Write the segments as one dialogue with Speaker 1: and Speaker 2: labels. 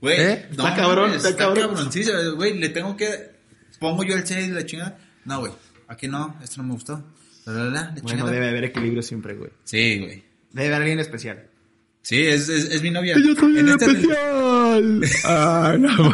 Speaker 1: Güey,
Speaker 2: ¿Eh?
Speaker 1: no,
Speaker 2: Está cabrón,
Speaker 1: mames,
Speaker 2: está
Speaker 1: está
Speaker 2: cabrón.
Speaker 1: cabroncísimo, güey, le tengo que... Pongo yo el 6 y la chingada. No, güey, aquí no, esto no me gustó. La, la, la, la
Speaker 2: Bueno,
Speaker 1: chingada.
Speaker 2: debe haber equilibrio siempre, güey.
Speaker 1: Sí, güey.
Speaker 2: Debe haber alguien especial.
Speaker 1: Sí, es, es, es mi novia.
Speaker 2: Yo soy
Speaker 1: En
Speaker 2: el
Speaker 1: este-
Speaker 2: especial. Ah, no,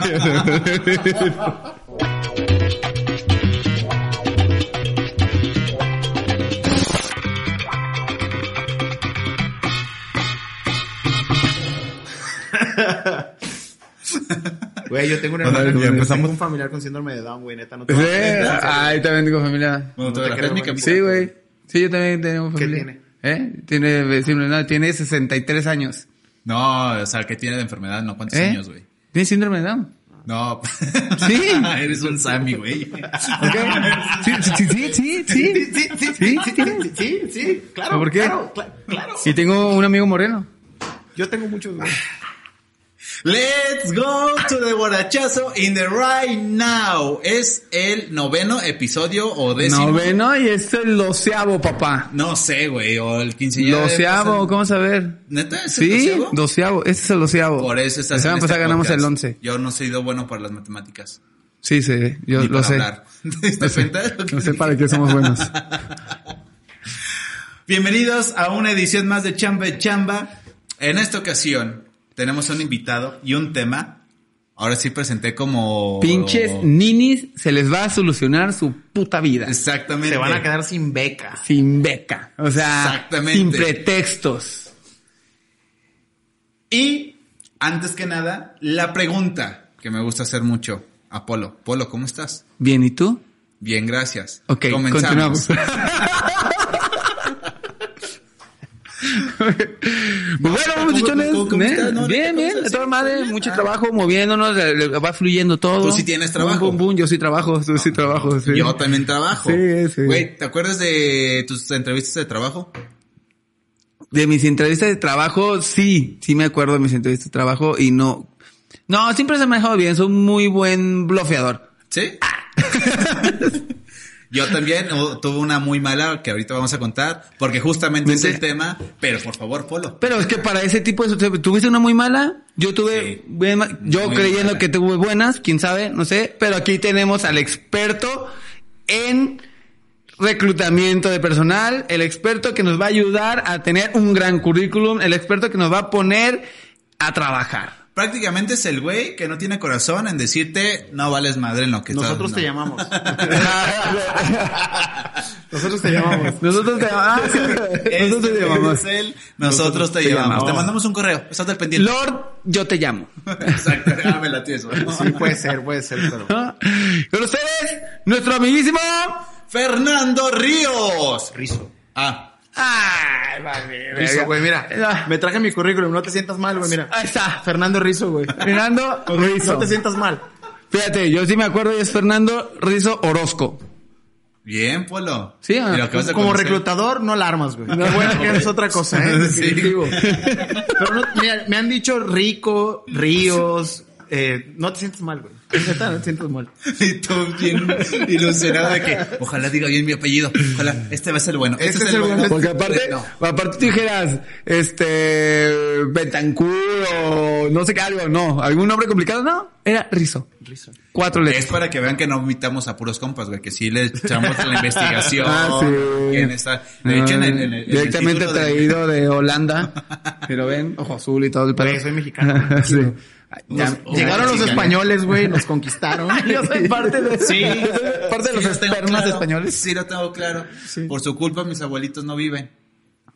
Speaker 2: Güey, yo tengo una
Speaker 3: Bueno,
Speaker 2: hermana,
Speaker 3: ya
Speaker 2: con-
Speaker 3: empezamos. Eh.
Speaker 2: tengo un familiar con síndrome de Down, güey, neta, no te
Speaker 3: Sí, ah,
Speaker 2: creer.
Speaker 3: ahí también tengo familia.
Speaker 1: Bueno,
Speaker 2: No te
Speaker 1: fotografías
Speaker 2: creo,
Speaker 1: mi
Speaker 2: güey.
Speaker 1: camisa.
Speaker 3: Sí, güey. Sí, yo también tengo
Speaker 2: ¿Qué
Speaker 3: familia. ¿Eh? Tiene, síndrome de Down, tiene 63 años.
Speaker 1: No, o sea, ¿qué tiene de enfermedad? No, ¿cuántos
Speaker 3: ¿Eh?
Speaker 1: años, güey?
Speaker 3: Tiene síndrome de Down.
Speaker 1: No.
Speaker 3: Sí.
Speaker 1: Eres un Sammy, güey.
Speaker 3: ¿Ok? Sí, sí, sí, sí, sí.
Speaker 2: Sí, sí, sí,
Speaker 3: Sí,
Speaker 2: sí,
Speaker 3: tiene.
Speaker 2: sí, sí, sí, claro.
Speaker 3: ¿Por qué?
Speaker 2: Claro, cla- claro.
Speaker 3: Y tengo un amigo moreno.
Speaker 2: Yo tengo muchos, güey.
Speaker 1: Let's go to the guarachazo in the right now. Es el noveno episodio o décimo.
Speaker 3: Noveno y este es el doceavo, papá.
Speaker 1: No sé, güey, o el quinceañero.
Speaker 3: Doceavo, ¿cómo saber?
Speaker 1: ¿Neta? ¿Es el
Speaker 3: Sí,
Speaker 1: doceavo?
Speaker 3: doceavo. Este es el doceavo.
Speaker 1: Por eso estás
Speaker 3: Esa
Speaker 1: en
Speaker 3: pasada
Speaker 1: este
Speaker 3: ganamos
Speaker 1: podcast.
Speaker 3: el once.
Speaker 1: Yo no he sido bueno para las matemáticas.
Speaker 3: Sí, sí, yo
Speaker 1: ni
Speaker 3: lo
Speaker 1: para
Speaker 3: sé.
Speaker 1: hablar. ¿Te diste
Speaker 3: No sé,
Speaker 1: cuenta de lo que
Speaker 3: no sé
Speaker 1: dije?
Speaker 3: para qué somos buenos.
Speaker 1: Bienvenidos a una edición más de Chamba de Chamba. En esta ocasión tenemos un invitado y un tema. Ahora sí presenté como... Oh.
Speaker 3: Pinches ninis, se les va a solucionar su puta vida.
Speaker 1: Exactamente.
Speaker 2: Se van a quedar sin beca.
Speaker 3: Sin beca. O sea,
Speaker 1: Exactamente.
Speaker 3: sin pretextos.
Speaker 1: Y, antes que nada, la pregunta que me gusta hacer mucho. Apolo, Polo, ¿cómo estás?
Speaker 3: Bien, ¿y tú?
Speaker 1: Bien, gracias.
Speaker 3: Ok, continuamos. Pues bueno,
Speaker 1: ¿Cómo-
Speaker 3: muchachones,
Speaker 1: cómo- cómo
Speaker 3: ¿eh?
Speaker 1: estás? No,
Speaker 3: bien,
Speaker 1: ahorita,
Speaker 3: bien,
Speaker 1: ¿cómo estás?
Speaker 3: a toda madre,
Speaker 1: Bien,
Speaker 3: mucho
Speaker 1: ah.
Speaker 3: trabajo, moviéndonos, le- le- va fluyendo todo.
Speaker 1: Tú sí tienes trabajo.
Speaker 3: Boom, boom, boom, yo sí trabajo, yo sí trabajo, sí.
Speaker 1: Yo también trabajo.
Speaker 3: Sí, sí.
Speaker 1: Güey, ¿te acuerdas de tus entrevistas de trabajo?
Speaker 3: De mis entrevistas de trabajo, sí, sí me acuerdo de mis entrevistas de trabajo y no... No, siempre se me ha dejado bien, soy muy buen bloqueador.
Speaker 1: ¿Sí? Yo también oh, tuve una muy mala que ahorita vamos a contar, porque justamente es el
Speaker 3: Vente.
Speaker 1: tema, pero por favor, Polo.
Speaker 3: Pero es que para ese tipo de... ¿Tuviste una muy mala? Yo tuve...
Speaker 1: Sí.
Speaker 3: bien ma- yo
Speaker 1: Muy
Speaker 3: creyendo
Speaker 1: mala.
Speaker 3: que tuve buenas, quién sabe, no sé. Pero aquí tenemos al experto en reclutamiento de personal, el experto que nos va a ayudar a tener un gran currículum, el experto que nos va a poner a trabajar.
Speaker 1: Prácticamente es el güey que no tiene corazón en decirte, no vales madre en lo que
Speaker 2: Nosotros te
Speaker 1: estás. no".
Speaker 2: llamamos. Nosotros te llamamos.
Speaker 3: Nosotros te, ah, sí, nosotros
Speaker 1: Este
Speaker 3: te
Speaker 1: es
Speaker 3: llamamos.
Speaker 1: el nosotros te llamamos. Te mandamos un correo, estás al pendiente.
Speaker 3: Lord, yo te llamo.
Speaker 1: Exacto, ah, me latió eso.
Speaker 2: Sí, puede ser, puede ser, pero.
Speaker 3: Con ustedes, nuestro amiguísimo.
Speaker 1: Fernando Ríos.
Speaker 2: Rizo.
Speaker 1: Ah,
Speaker 3: Ay, vale,
Speaker 2: Rizo, güey, mira.
Speaker 3: Ah,
Speaker 2: Me traje mi currículum, no te sientas mal, güey, mira.
Speaker 3: Ahí está.
Speaker 2: Fernando Rizo, güey.
Speaker 3: Fernando
Speaker 2: No
Speaker 3: Rizo.
Speaker 2: te sientas mal.
Speaker 3: Fíjate, yo sí me acuerdo y es Fernando Rizo Orozco.
Speaker 1: bien, Polo.
Speaker 3: Sí, ah,
Speaker 1: Y lo que vas a
Speaker 2: Como
Speaker 1: conocer-
Speaker 2: reclutador, no la armas, güey. Qué
Speaker 3: No,
Speaker 2: bueno
Speaker 3: no,
Speaker 2: que eres
Speaker 3: güey.
Speaker 2: otra cosa, ¿eh?
Speaker 1: Sí.
Speaker 2: Definitivo. Pero no, mira, me han dicho rico, ríos. Eh, no te sientas mal, güey. Neta, No te sientas mal.
Speaker 1: Y tú bien ilusionado de que ojalá diga bien mi apellido. Ojalá, este va a ser bueno. Este, es, el bueno.
Speaker 3: Porque aparte,
Speaker 1: No.
Speaker 3: aparte tú dijeras, este, Betancur o no sé qué algo, no, algún nombre complicado, no, era Rizo.
Speaker 2: Rizo.
Speaker 3: Cuatro
Speaker 1: Es
Speaker 3: letras.
Speaker 1: para que vean que no invitamos a puros compas, güey, que sí le echamos la investigación.
Speaker 3: Ah, sí. Ah,
Speaker 1: quién está. De hecho, en el, en el- en el
Speaker 3: directamente
Speaker 1: título de-
Speaker 3: traído de Holanda, pero ven, ojo azul y todo el pedo.
Speaker 2: Güey, soy mexicano.
Speaker 3: Sí. Ya-
Speaker 1: Los-
Speaker 2: Llegaron los
Speaker 1: Mexicano.
Speaker 2: españoles, güey, nos conquistaron.
Speaker 3: Yo soy parte de
Speaker 1: Sí,
Speaker 3: parte de
Speaker 1: Sí,
Speaker 3: los
Speaker 1: lo tengo
Speaker 3: espermas
Speaker 1: claro.
Speaker 3: españoles.
Speaker 1: Sí, lo tengo claro.
Speaker 2: Sí.
Speaker 1: Por su culpa, mis abuelitos no viven.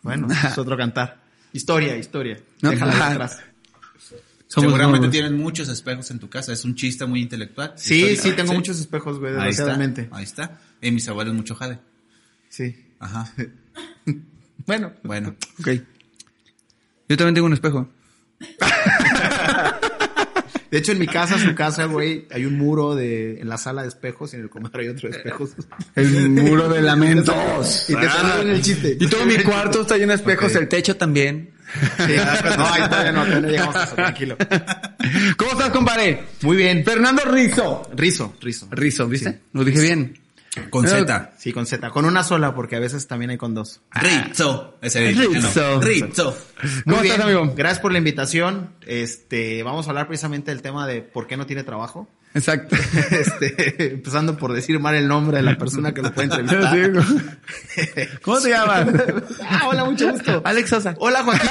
Speaker 2: Bueno, es otro cantar. Historia, historia.
Speaker 3: No,
Speaker 2: Déjala
Speaker 3: ajá.
Speaker 2: atrás.
Speaker 3: Somos
Speaker 1: Seguramente
Speaker 3: nobles.
Speaker 1: tienen muchos espejos en tu casa. Es un chiste muy intelectual.
Speaker 2: Sí,
Speaker 1: Historia.
Speaker 2: sí, tengo muchos espejos, güey,
Speaker 1: Ahí está.
Speaker 2: desgraciadamente.
Speaker 1: Ahí está. Y mis abuelos mucho jade.
Speaker 2: Sí.
Speaker 1: Ajá.
Speaker 2: Bueno,
Speaker 1: Bueno.
Speaker 3: Ok. Yo también tengo un espejo.
Speaker 2: de hecho, en mi casa, su casa, güey, hay un muro de, en la sala de espejos y en el comedor hay otro de espejos.
Speaker 3: El muro de lamentos. Ah.
Speaker 2: Y te salvan el chiste.
Speaker 3: Y todo mi cuarto está lleno de espejos, el techo también.
Speaker 2: Sí, no, ahí todavía no, todavía no llegamos a eso, tranquilo.
Speaker 3: ¿Cómo estás, compadre?
Speaker 2: Muy bien.
Speaker 3: Fernando Rizo.
Speaker 2: Rizo, rizo.
Speaker 3: Rizo, ¿viste? Lo dije bien.
Speaker 1: Con Z.
Speaker 2: Sí, con Z. Con una sola, porque a veces también hay con dos.
Speaker 1: Rizzo. Ese Rizzo.
Speaker 3: Rizzo.
Speaker 1: Rizzo.
Speaker 3: ¿Cómo
Speaker 2: Muy
Speaker 3: estás,
Speaker 2: bien,
Speaker 3: amigo?
Speaker 2: Gracias por la invitación. Este, vamos a hablar precisamente del tema de por qué no tiene trabajo.
Speaker 3: Exacto.
Speaker 2: Este, empezando por decir mal el nombre de la persona que lo puede entrevistar.
Speaker 3: ¿Cómo te llamas?
Speaker 2: Ah, hola, mucho gusto.
Speaker 3: Alex Sosa.
Speaker 2: Hola, Joaquín.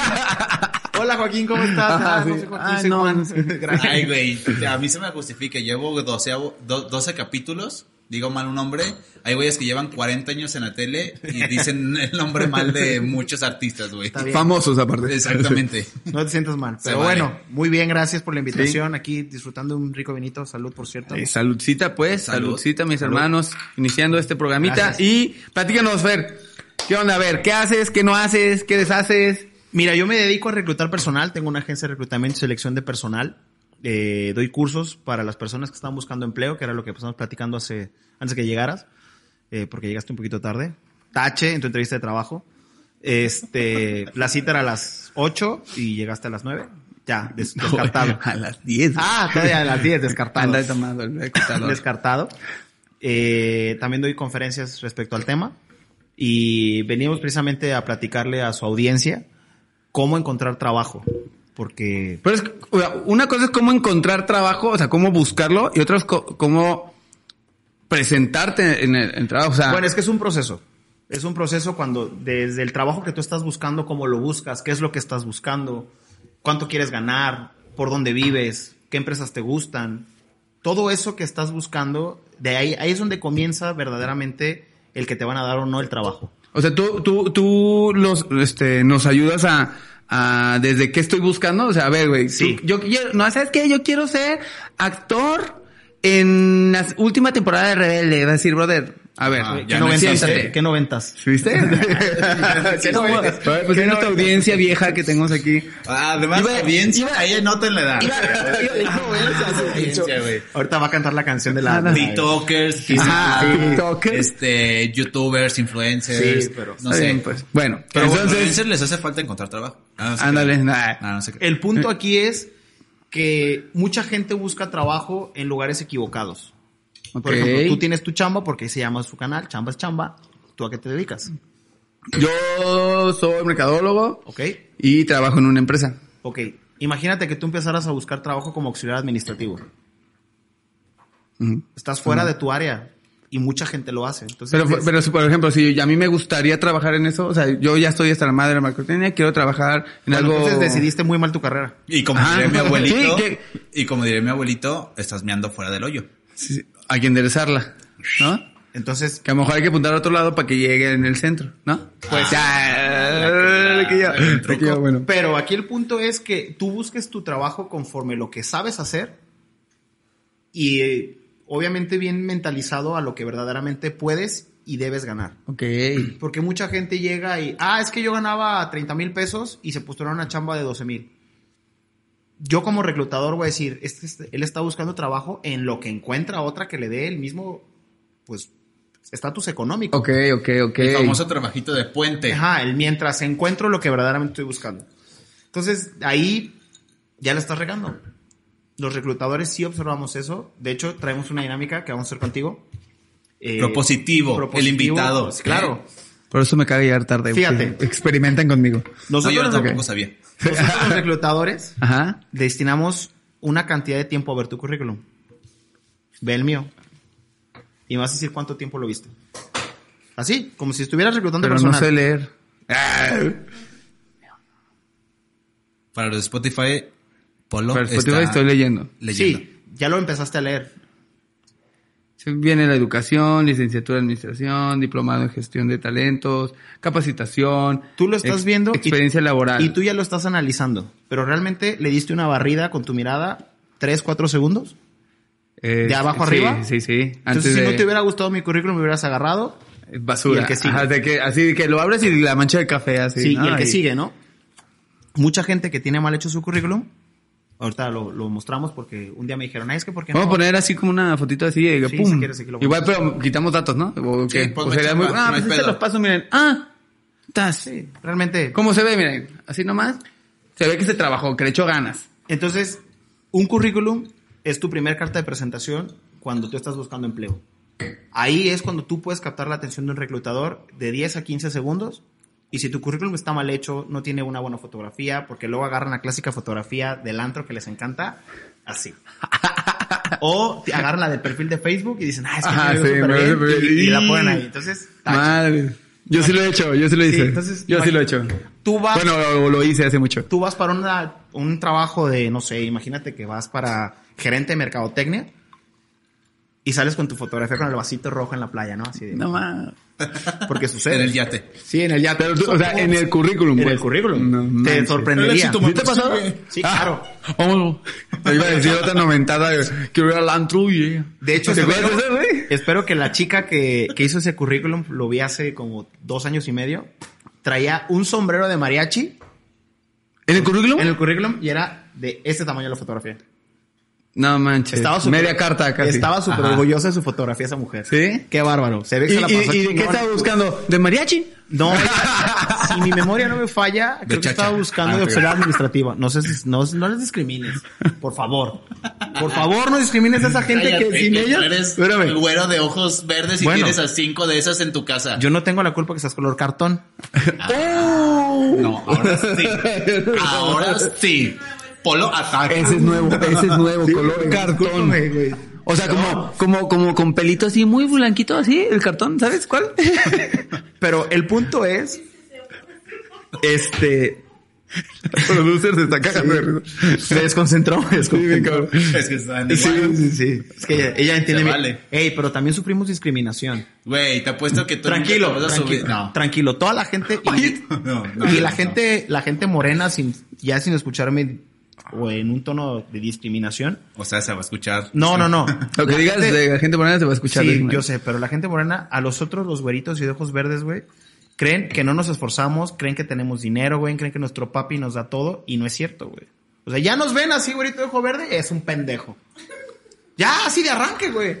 Speaker 2: Hola, Joaquín, ¿cómo estás? Ah,
Speaker 3: Ajá,
Speaker 2: no
Speaker 3: sí.
Speaker 2: sé, Joaquín,
Speaker 3: Ah,
Speaker 2: soy
Speaker 3: no,
Speaker 2: Juan.
Speaker 3: no sé.
Speaker 2: Gracias.
Speaker 1: Ay, güey. A mí se me justifica. Llevo 12, avo- do- 12 capítulos. Digo mal un nombre. Hay güeyes que llevan 40 años en la tele y dicen el nombre mal de muchos artistas, güey.
Speaker 2: Está bien.
Speaker 3: Famosos aparte.
Speaker 1: Exactamente.
Speaker 2: No te sientas mal.
Speaker 1: Se
Speaker 2: Pero
Speaker 1: vale.
Speaker 2: bueno, muy bien, gracias por la invitación. Aquí disfrutando un rico vinito. Salud, por cierto.
Speaker 3: Eh, saludcita, pues,
Speaker 1: Salud.
Speaker 3: saludcita, mis hermanos, iniciando este programita.
Speaker 2: Gracias.
Speaker 3: Y platícanos, Fer, ¿qué onda? A ver, ¿qué haces? ¿Qué no haces? ¿Qué deshaces?
Speaker 2: Mira, yo me dedico a reclutar personal, tengo una agencia de reclutamiento y selección de personal. Eh, doy cursos para las personas que están buscando empleo, que era lo que estábamos platicando hace, antes que llegaras, eh, porque llegaste un poquito tarde. Tache en tu entrevista de trabajo. Este, la cita era a las 8 y llegaste a las 9. Ya, des- descartado.
Speaker 3: A las 10.
Speaker 2: Ah, todavía a las 10, descartado.
Speaker 3: Anda tomando el computador.
Speaker 2: descartado. Eh, también doy conferencias respecto al tema y venimos precisamente a platicarle a su audiencia cómo encontrar trabajo, porque
Speaker 3: Pero es, que, o sea, una cosa es cómo encontrar trabajo, o sea, cómo buscarlo, y otra es co- cómo presentarte en el en trabajo. O
Speaker 1: Ah.
Speaker 3: sea,
Speaker 2: bueno, es que es un proceso. Es un proceso cuando desde el trabajo que tú estás buscando, cómo lo buscas, qué es lo que estás buscando, cuánto quieres ganar, por dónde vives, qué empresas te gustan, todo eso que estás buscando, de ahí, ahí es donde comienza verdaderamente el que te van a dar o no el trabajo.
Speaker 3: o sea tú, tú, tú los, este, nos ayudas a, a desde qué estoy buscando. O sea, a ver, güey,
Speaker 2: Sí.
Speaker 3: tú- yo quiero, no, ¿sabes qué? Yo quiero ser actor en la última temporada de Rebelde. Va a decir, brother, a ver,
Speaker 1: Ah,
Speaker 2: ¿Qué
Speaker 1: Ya no
Speaker 2: noventas?
Speaker 1: existe.
Speaker 2: eh? ¿Qué noventas?
Speaker 3: ¿Viste? ¿Qué no,
Speaker 2: noventas?
Speaker 3: pues es nuestra audiencia vieja que tenemos aquí.
Speaker 1: Además,
Speaker 3: Iba-
Speaker 1: la audiencia,
Speaker 3: iba-
Speaker 1: ahí noten la edad.
Speaker 3: Ajá,
Speaker 1: Audiencia, güey.
Speaker 2: Ahorita va a cantar la canción de la...
Speaker 3: Nada.
Speaker 1: TikTokers, quizás,
Speaker 3: TikTokers.
Speaker 1: este, YouTubers, influencers,
Speaker 2: Sí, pero-
Speaker 1: no
Speaker 3: Está
Speaker 1: sé.
Speaker 3: bien, pues. Bueno,
Speaker 1: Pero bueno,
Speaker 3: entonces,
Speaker 1: influencers les hace falta encontrar trabajo. Ah, no sé qué.
Speaker 3: ándale, Eh, nah.
Speaker 1: Ah, no sé qué.
Speaker 2: El punto aquí es que mucha gente busca trabajo en lugares equivocados. Por
Speaker 3: Ok.
Speaker 2: ejemplo, tú tienes tu chamba porque se llama su canal, chamba es chamba. ¿Tú a qué te dedicas?
Speaker 3: Yo soy mercadólogo
Speaker 2: ¿Ok?
Speaker 3: y trabajo en una empresa.
Speaker 2: Ok. Imagínate que tú empezaras a buscar trabajo como auxiliar administrativo.
Speaker 3: Ujú.
Speaker 2: Estás fuera de tu área y mucha gente lo hace. Entonces,
Speaker 3: Pero,
Speaker 2: dices,
Speaker 3: pero si, por ejemplo, si a mí me gustaría trabajar en eso, o sea, yo ya estoy hasta la madre de la mercadotecnia, quiero trabajar en
Speaker 2: bueno,
Speaker 3: algo...
Speaker 2: entonces decidiste muy mal tu carrera.
Speaker 1: Y como
Speaker 3: Ajá.
Speaker 1: diría mi abuelito,
Speaker 3: Sí, que-
Speaker 1: y como diría mi abuelito, estás meando fuera del hoyo.
Speaker 3: Sí, sí, hay que enderezarla, ¿no?
Speaker 2: Entonces,
Speaker 3: Que a lo mejor hay que apuntar a otro lado para que llegue en el centro, ¿no?
Speaker 1: Pues-
Speaker 3: ya,
Speaker 1: la-
Speaker 3: lo que yo-
Speaker 1: la- la-
Speaker 3: lo que yo, bueno.
Speaker 2: Pero aquí el punto es que tú busques tu trabajo conforme lo que sabes hacer y eh, obviamente bien mentalizado a lo que verdaderamente puedes y debes ganar.
Speaker 3: Ok.
Speaker 2: Porque mucha gente llega y, ah, es que yo ganaba 30 mil pesos y se postuló a una chamba de 12 mil. Yo como reclutador voy a decir, este, este- él está buscando trabajo en lo que encuentra otra que le dé el mismo, pues, estatus económico.
Speaker 3: Ok, ok, ok.
Speaker 1: El famoso trabajito de puente.
Speaker 2: Ajá, el mientras encuentro lo que verdaderamente estoy buscando. Entonces, ahí ya la estás regando. Los reclutadores sí observamos eso. De hecho, traemos una dinámica que vamos a hacer contigo. Eh,
Speaker 1: Propositivo, el invitado.
Speaker 2: pues, claro.
Speaker 3: Por eso me cabe llegar tarde.
Speaker 2: Fíjate.
Speaker 3: Experimentan conmigo.
Speaker 1: No, yo
Speaker 2: Nosotros,
Speaker 1: tampoco
Speaker 3: ok.
Speaker 1: sabía.
Speaker 2: nosotros los reclutadores
Speaker 3: Ajá.
Speaker 2: destinamos una cantidad de tiempo a ver tu currículum. Ve el mío. Y me vas a decir cuánto tiempo lo viste. Así, como si estuvieras reclutando
Speaker 3: Pero no
Speaker 2: personal.
Speaker 3: sé leer.
Speaker 1: Para los de Spotify, Polo
Speaker 3: Pero Spotify
Speaker 1: está
Speaker 3: estoy leyendo.
Speaker 1: leyendo.
Speaker 2: sí, ya lo empezaste a leer.
Speaker 3: Sí, Viene la educación, licenciatura en administración, diplomado en gestión de talentos, capacitación.
Speaker 2: Tú lo estás
Speaker 3: ex-
Speaker 2: viendo. y-
Speaker 3: Experiencia laboral.
Speaker 2: Y tú ya lo estás analizando. Pero realmente le diste una barrida con tu mirada, 3, 4 segundos.
Speaker 3: Eh,
Speaker 2: de abajo
Speaker 3: sí,
Speaker 2: arriba.
Speaker 3: Sí, sí. Antes
Speaker 2: Entonces, si
Speaker 3: de eh,
Speaker 2: no te hubiera gustado mi currículum, me hubieras agarrado.
Speaker 3: basura.
Speaker 2: y el que sigue.
Speaker 3: Ajá, de que, así de que lo abres y la mancha de café así.
Speaker 2: Sí,
Speaker 3: ¿no?
Speaker 2: y el que
Speaker 3: Ahí.
Speaker 2: sigue, ¿no? Mucha gente que tiene mal hecho su currículum. Ahorita lo, lo mostramos porque un día me dijeron, "Ay, es que porque
Speaker 3: Vamos
Speaker 2: no.
Speaker 3: a poner así como una fotito así de que
Speaker 2: Sí,
Speaker 3: pum.
Speaker 2: si quieres, aquí lo
Speaker 3: Igual, pero quitamos datos, ¿no? O,
Speaker 1: Sí,
Speaker 3: qué?
Speaker 1: ponme
Speaker 3: O sería muy.
Speaker 1: chamba,
Speaker 3: Ah,
Speaker 1: no hay
Speaker 3: pues este
Speaker 1: pedo.
Speaker 3: los paso, miren. Ah, estás.
Speaker 2: Sí, realmente.
Speaker 3: ¿Cómo se ve? Miren, así nomás. Se ve que se trabajó, que le echó ganas.
Speaker 2: Entonces, un currículum es tu primer carta de presentación cuando tú estás buscando empleo. Ahí es cuando tú puedes captar la atención de un reclutador de 10 a 15 segundos. Y si tu currículum está mal hecho, no tiene una buena fotografía, porque luego agarran la clásica fotografía del antro que les encanta, así. O te agarran la del perfil de Facebook y dicen, ah, es que
Speaker 3: Ajá,
Speaker 2: me veo
Speaker 3: sí,
Speaker 2: súper
Speaker 3: me veo
Speaker 2: bien",
Speaker 3: súper
Speaker 2: y- y,
Speaker 3: bien.
Speaker 2: la ponen ahí. Entonces, tache.
Speaker 3: Madre. Yo sí lo he hecho, yo sí lo hice.
Speaker 2: Sí, entonces,
Speaker 3: yo sí lo he hecho.
Speaker 2: imagínate, Tú vas,
Speaker 3: Bueno, lo, lo hice hace mucho.
Speaker 2: tú vas para una- un trabajo de, no sé, imagínate que vas para gerente de mercadotecnia y sales con tu fotografía con el vasito rojo en la playa, ¿no? Así de,
Speaker 3: No más.
Speaker 2: porque sucede.
Speaker 1: En el yate.
Speaker 3: Sí, en el ya. Pero tú- o sea, en el currículum.
Speaker 2: En
Speaker 3: pues.
Speaker 2: el currículum.
Speaker 3: No
Speaker 2: te
Speaker 3: manches.
Speaker 2: sorprendería.
Speaker 3: ¿Sí te ha pasado?
Speaker 2: Sí, claro.
Speaker 3: Ah, vamos. Te iba a decir otra noventada. de, Quiero ir al antro y... eh.
Speaker 2: De hecho,
Speaker 3: ¿te
Speaker 2: espero,
Speaker 3: acuerdas de eso, güey?
Speaker 2: espero que la chica que, que hizo ese currículum, lo vi hace como dos años y medio, traía un sombrero de mariachi
Speaker 3: ¿En el currículum?
Speaker 2: en el currículum y era de este tamaño la fotografía.
Speaker 3: No manches.
Speaker 2: Estaba súper-
Speaker 3: Eh, Media carta casi.
Speaker 2: Estaba súper
Speaker 1: Ajá.
Speaker 2: orgullosa de su fotografía esa mujer.
Speaker 3: ¿Sí?
Speaker 2: Qué bárbaro. Se ve que
Speaker 3: ¿Y,
Speaker 2: se la
Speaker 3: y-
Speaker 2: pasó
Speaker 3: y de qué
Speaker 2: chingón.
Speaker 3: estaba buscando? ¿De mariachi?
Speaker 2: No, si mi memoria no me falla, creo que
Speaker 1: chacha.
Speaker 2: estaba buscando
Speaker 1: Ah,
Speaker 2: de
Speaker 1: ok.
Speaker 2: auxiliar administrativa. No sé si- no, no les discrimines, por favor. Por favor, no discrimines a esa gente que sin
Speaker 1: Cállate,
Speaker 2: ella.
Speaker 1: tú eres
Speaker 2: Espérame.
Speaker 1: el güero de ojos verdes y
Speaker 2: Bueno.
Speaker 1: tienes a cinco de esas en tu casa.
Speaker 2: Yo no tengo la culpa que seas color cartón.
Speaker 3: Ah. Oh.
Speaker 1: No, ahora sí. Ahora sí. Polo ataque.
Speaker 3: Ese es nuevo, ese es nuevo, color cartón. O sea, como, como, como con pelito así, muy blanquito así, el cartón, ¿sabes cuál?
Speaker 2: Pero el punto es, este,
Speaker 3: El producer se está cagando de risa.
Speaker 2: se desconcentró. me
Speaker 3: Sí, bien
Speaker 2: desconcentró.
Speaker 3: cabrón.
Speaker 1: Es que están igual.
Speaker 2: Sí, sí, sí. Es que ella, ella entiende.
Speaker 1: Se
Speaker 2: mi-
Speaker 1: vale.
Speaker 2: Ey, pero también sufrimos discriminación.
Speaker 1: Güey, te apuesto que tú nunca
Speaker 2: Tranquilo,
Speaker 1: te vas a
Speaker 2: tranquilo,
Speaker 1: subir. No.
Speaker 2: tranquilo. Toda la gente. y-
Speaker 1: No, no,
Speaker 2: y la
Speaker 1: no.
Speaker 2: gente, la gente morena, sin, ya sin escucharme o en un tono de discriminación.
Speaker 1: O sea, se va a escuchar.
Speaker 2: No, no, no.
Speaker 3: Lo que
Speaker 2: La
Speaker 3: digas
Speaker 2: gente-
Speaker 3: de la gente bonita te va a escuchar.
Speaker 2: Sí,
Speaker 3: Desmond.
Speaker 2: yo sé, pero la gente morena, a los otros, los güeritos y de ojos verdes, güey, creen que no nos esforzamos, creen que tenemos dinero, güey, creen que nuestro papi nos da todo y no es cierto, güey. O sea, ya nos ven así, güerito de ojo verde, es un pendejo. Ya, así de arranque, güey.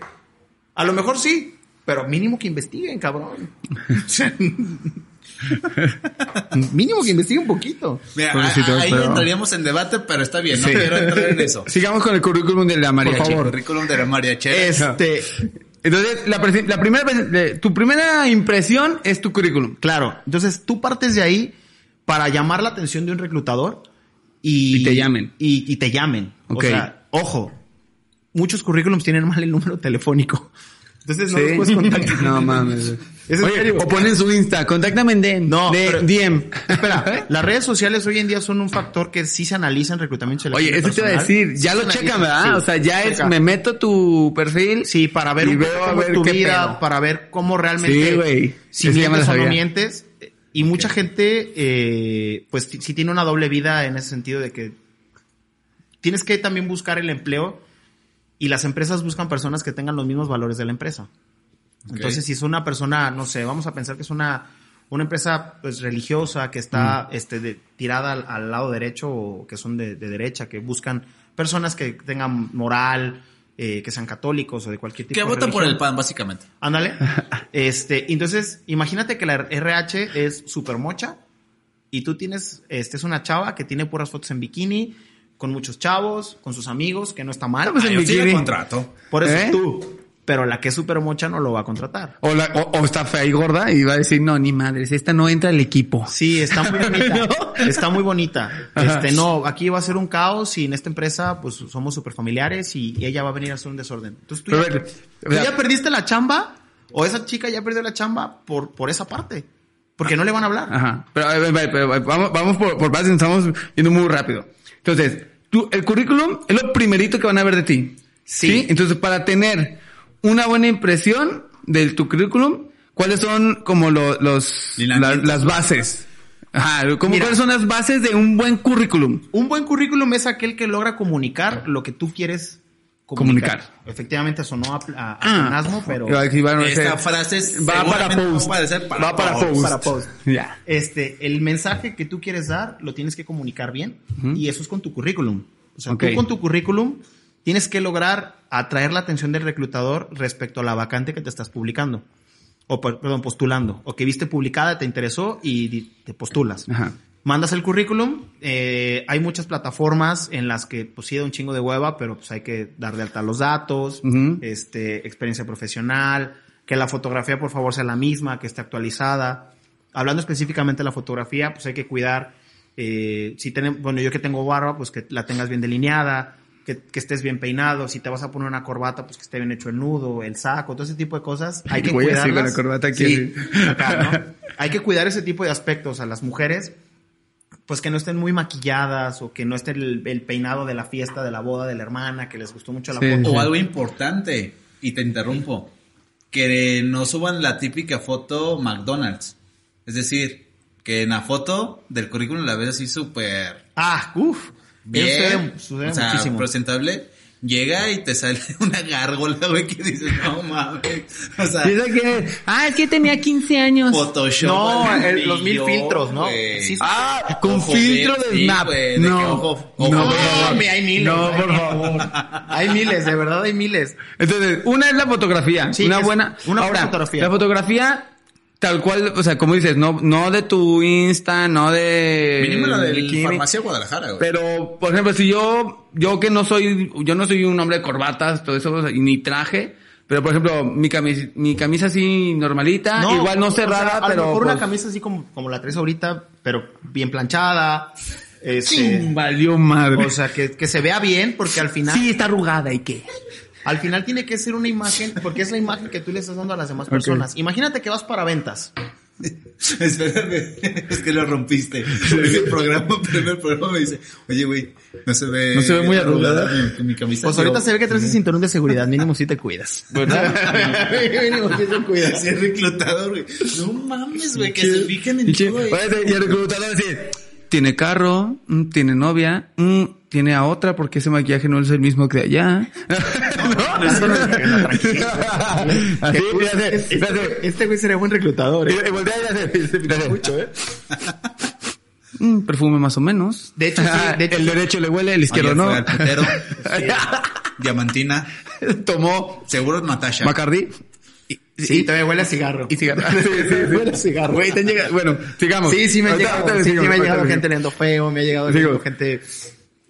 Speaker 2: A lo mejor sí, pero mínimo que investiguen, cabrón. O sea, mínimo que investiguen un poquito.
Speaker 1: Mira,
Speaker 3: Bueno,
Speaker 1: a-
Speaker 3: sí,
Speaker 1: a- ahí
Speaker 3: pero-
Speaker 1: entraríamos en debate, pero está bien. No quiero entrar en eso.
Speaker 3: Sigamos con el currículum de la mariachi.
Speaker 1: Por favor. Currículum de la mariachera.
Speaker 3: Este, entonces, la, presi- la primera, pres- de- tu primera impresión es tu currículum.
Speaker 2: Claro, entonces tú partes de ahí para llamar la atención de un reclutador y,
Speaker 3: Y te llamen.
Speaker 2: Y, y te llamen.
Speaker 3: Ok.
Speaker 2: O sea, ojo, muchos currículums tienen mal el número telefónico. Entonces no
Speaker 3: Sí.
Speaker 2: los puedes contactar.
Speaker 3: no mames.
Speaker 2: Es en
Speaker 3: Oye,
Speaker 2: serio.
Speaker 3: o ponen su Insta, contáctame en E DM.
Speaker 2: No,
Speaker 3: de,
Speaker 2: pero-
Speaker 3: DM.
Speaker 2: Espera, las redes sociales hoy en día son un factor que sí se analiza en reclutamiento y selección
Speaker 3: Oye,
Speaker 2: de
Speaker 3: eso te iba a
Speaker 2: personal.
Speaker 3: decir, ya
Speaker 2: Sí
Speaker 3: lo
Speaker 2: se analiza,
Speaker 3: checan, ¿verdad?
Speaker 2: sí.
Speaker 3: o sea, ya es,
Speaker 2: Checa.
Speaker 3: me meto tu perfil.
Speaker 2: Sí, para ver
Speaker 3: y
Speaker 2: un poco
Speaker 3: veo a
Speaker 2: cómo es
Speaker 3: ver
Speaker 2: tu
Speaker 3: qué
Speaker 2: vida,
Speaker 3: pedo.
Speaker 2: para ver cómo realmente
Speaker 3: Sí, güey.
Speaker 2: si
Speaker 3: Esa ya me la
Speaker 2: mientes o no
Speaker 3: sabía.
Speaker 2: mientes. Y mucha gente, eh, pues sí sí tiene una doble vida en ese sentido de que tienes que también buscar el empleo y las empresas buscan personas que tengan los mismos valores de la empresa.
Speaker 1: Ok.
Speaker 2: Entonces, si es una persona, no sé, vamos a pensar que es una, una empresa pues, religiosa que está
Speaker 1: Mm.
Speaker 2: este, de- tirada al, al lado derecho o que son de, de derecha, que buscan personas que tengan moral, eh, que sean católicos o de cualquier tipo
Speaker 1: Que
Speaker 2: de
Speaker 1: votan por el
Speaker 2: religión.
Speaker 1: pan, básicamente.
Speaker 2: Ándale. Este, entonces, imagínate que la RH es súper mocha y tú tienes, este es una chava que tiene puras fotos en bikini, con muchos chavos, con sus amigos, que no está mal.
Speaker 3: Pues en
Speaker 1: Ay, yo sí le
Speaker 3: bikini.
Speaker 1: contrato.
Speaker 2: Por eso
Speaker 3: ¿Eh?
Speaker 2: tú. Pero la que es súper mocha no lo va a contratar.
Speaker 3: O, la- o- o está fea y gorda y va a decir, no, ni madres, esta no entra al equipo.
Speaker 2: Sí, está muy bonita.
Speaker 3: ¿No?
Speaker 2: Está muy bonita.
Speaker 3: Ajá.
Speaker 2: Este, no, aquí va a ser un caos y en esta empresa, pues somos súper familiares y, y ella va a venir a hacer un desorden. Entonces tú,
Speaker 3: Pero,
Speaker 2: ya,
Speaker 3: a ver,
Speaker 2: tú
Speaker 3: o sea-
Speaker 2: ya perdiste la chamba o esa chica ya perdió la chamba por, por esa parte. Porque no le van a hablar.
Speaker 3: Ajá. Pero, a ver, a ver, pero, a ver, vamos, vamos por, por partes, estamos yendo muy rápido. Entonces, tú, el currículum es lo primerito que van a ver de ti.
Speaker 2: Sí.
Speaker 3: Entonces, para tener una buena impresión de tu currículum, ¿cuáles son como lo- los, las,
Speaker 1: Lineamientos.
Speaker 3: las bases? Ajá. como
Speaker 2: Mira.
Speaker 3: ¿Cuáles son las bases de un buen currículum?
Speaker 2: Un buen currículum es aquel que logra comunicar lo que tú quieres comunicar.
Speaker 3: Comunicar.
Speaker 2: Efectivamente sonó a, a, a
Speaker 3: Ah.
Speaker 2: pleonasmo, pero...
Speaker 3: Iba a decir, bueno,
Speaker 1: Esta
Speaker 3: ese-
Speaker 1: frase es-
Speaker 3: va para
Speaker 1: seguramente
Speaker 3: post.
Speaker 1: va a aparecer para
Speaker 3: va para
Speaker 1: post.
Speaker 3: post.
Speaker 2: Para post.
Speaker 3: Ya.
Speaker 2: Este, el mensaje que tú quieres dar lo tienes que comunicar bien y eso es con tu currículum. O sea,
Speaker 3: Ok.
Speaker 2: tú con tu currículum tienes que lograr atraer la atención del reclutador respecto a la vacante que te estás publicando. O, per- perdón, postulando. O que viste publicada, te interesó y di- te postulas.
Speaker 3: Ajá.
Speaker 2: Mandas el currículum. eh, hay muchas plataformas en las que, pues sí, da un chingo de hueva, pero pues hay que dar de alta los datos,
Speaker 3: Ujú.
Speaker 2: este, experiencia profesional, que la fotografía, por favor, sea la misma, que esté actualizada. Hablando específicamente de la fotografía, pues hay que cuidar, eh, si tenemos, bueno, yo que tengo barba, pues que la tengas bien delineada, que, que estés bien peinado, si te vas a poner una corbata, pues que esté bien hecho el nudo, el saco, todo ese tipo de cosas. Hay que
Speaker 3: Voy así
Speaker 2: cuidarlas.
Speaker 3: con la corbata aquí,
Speaker 2: Sí,
Speaker 3: así.
Speaker 2: acá, ¿no? Hay que cuidar ese tipo de aspectos a las mujeres, pues que no estén muy maquilladas o que no esté el, el peinado de la fiesta, de la boda de la hermana, que les gustó mucho la
Speaker 3: Sí.
Speaker 2: foto.
Speaker 1: O algo importante, y te interrumpo, que no suban la típica foto McDonald's. Es decir, que en la foto del currículum la ves así súper
Speaker 2: Ah, uff.
Speaker 1: bien,
Speaker 2: sucede
Speaker 1: o sea,
Speaker 2: muchísimo.
Speaker 1: presentable. Llega y te sale una gárgola, güey, que dices, no mames. O sea,
Speaker 3: Dice que, ah, es que tenía 15 años.
Speaker 1: Photoshop.
Speaker 2: No,
Speaker 1: al
Speaker 2: el- los mil
Speaker 1: millón,
Speaker 2: filtros, ¿no?
Speaker 1: güey.
Speaker 2: Sí, sí.
Speaker 3: Ah, con
Speaker 1: Ojo
Speaker 3: filtro
Speaker 1: verde,
Speaker 3: de
Speaker 1: sí,
Speaker 3: Snap.
Speaker 1: güey, de que
Speaker 3: no,
Speaker 1: ojo- ojo
Speaker 3: no,
Speaker 1: verde.
Speaker 3: por favor.
Speaker 2: Hombre, hay miles,
Speaker 3: No,
Speaker 2: hay
Speaker 3: por
Speaker 2: miles.
Speaker 3: favor.
Speaker 2: Ah, Hay miles, de verdad hay miles.
Speaker 3: Entonces, una es la fotografía,
Speaker 2: Sí,
Speaker 3: una
Speaker 2: es
Speaker 3: buena.
Speaker 2: una
Speaker 3: Ahora,
Speaker 2: fotografía.
Speaker 3: La fotografía tal cual, o sea, como dices, no, no de tu Insta, no de.
Speaker 1: Mínimo la de
Speaker 3: Kimi.
Speaker 1: Farmacia Guadalajara, güey.
Speaker 3: Pero, por ejemplo, si yo, yo que no soy, yo no soy un hombre de corbatas, todo eso, o sea, y ni traje, pero por ejemplo, mi camisa, mi camisa así normalita, igual no
Speaker 2: Ah, o sea,
Speaker 3: cerrada,
Speaker 2: a
Speaker 3: pero.
Speaker 2: lo mejor una
Speaker 3: pues,
Speaker 2: camisa así como, como la traes ahorita, pero bien planchada.
Speaker 3: ¡ching!
Speaker 2: Este,
Speaker 3: valió madre.
Speaker 2: o sea, que, que se vea bien, porque al final,
Speaker 3: sí, está arrugada y qué.
Speaker 2: al final tiene que ser una imagen, porque es la imagen que tú le estás dando a las demás personas. Imagínate que vas para ventas.
Speaker 1: Espérame, es que lo rompiste. En el programa, primer programa me dice, oye, güey, no se ve.
Speaker 3: No se ve muy arrugada.
Speaker 1: mi, mi camisa.
Speaker 2: Pues ahorita se ve que traes el cinturón de seguridad, mínimo si te cuidas.
Speaker 3: ¿Verdad?
Speaker 2: mínimo si te cuidas.
Speaker 1: Así el reclutador, güey. No mames, güey, que se fijen en
Speaker 3: Pinche-
Speaker 1: todo. güey.
Speaker 3: Oye, Y el reclutador así, tiene carro, mm, tiene novia, mm, tiene a otra porque ese maquillaje no es el mismo que de allá. ¿No? Así,
Speaker 2: Qué
Speaker 3: mira,
Speaker 2: curioso.
Speaker 3: así,
Speaker 2: Este-
Speaker 3: mira, así.
Speaker 2: Este güey sería buen reclutador. ¿eh?
Speaker 3: Y- y voltea y hace- y hace- Mm, perfume más o menos.
Speaker 2: De hecho, sí, de hecho,
Speaker 3: el
Speaker 2: sí.
Speaker 3: derecho le huele, el izquierdo
Speaker 1: Ayer
Speaker 3: no.
Speaker 1: fue al putero. Diamantina.
Speaker 3: Tomó
Speaker 1: Seguro Natasha.
Speaker 3: Macardí. Y,
Speaker 2: Sí,
Speaker 3: y-
Speaker 2: todavía huele a cigarro.
Speaker 3: y cigarro. Sí, sí, sí.
Speaker 2: Huele a cigarro.
Speaker 3: Güey, te han llegado- Bueno, sigamos.
Speaker 2: Sí, sí me ha
Speaker 3: Ahorita-
Speaker 2: llegado,
Speaker 3: ahorita
Speaker 2: sí,
Speaker 3: sigamos,
Speaker 2: sí me ha
Speaker 3: ahorita
Speaker 2: llegado gente
Speaker 3: sigamos.
Speaker 2: leyendo feo, me ha llegado
Speaker 3: Sigo.
Speaker 2: leyendo gente...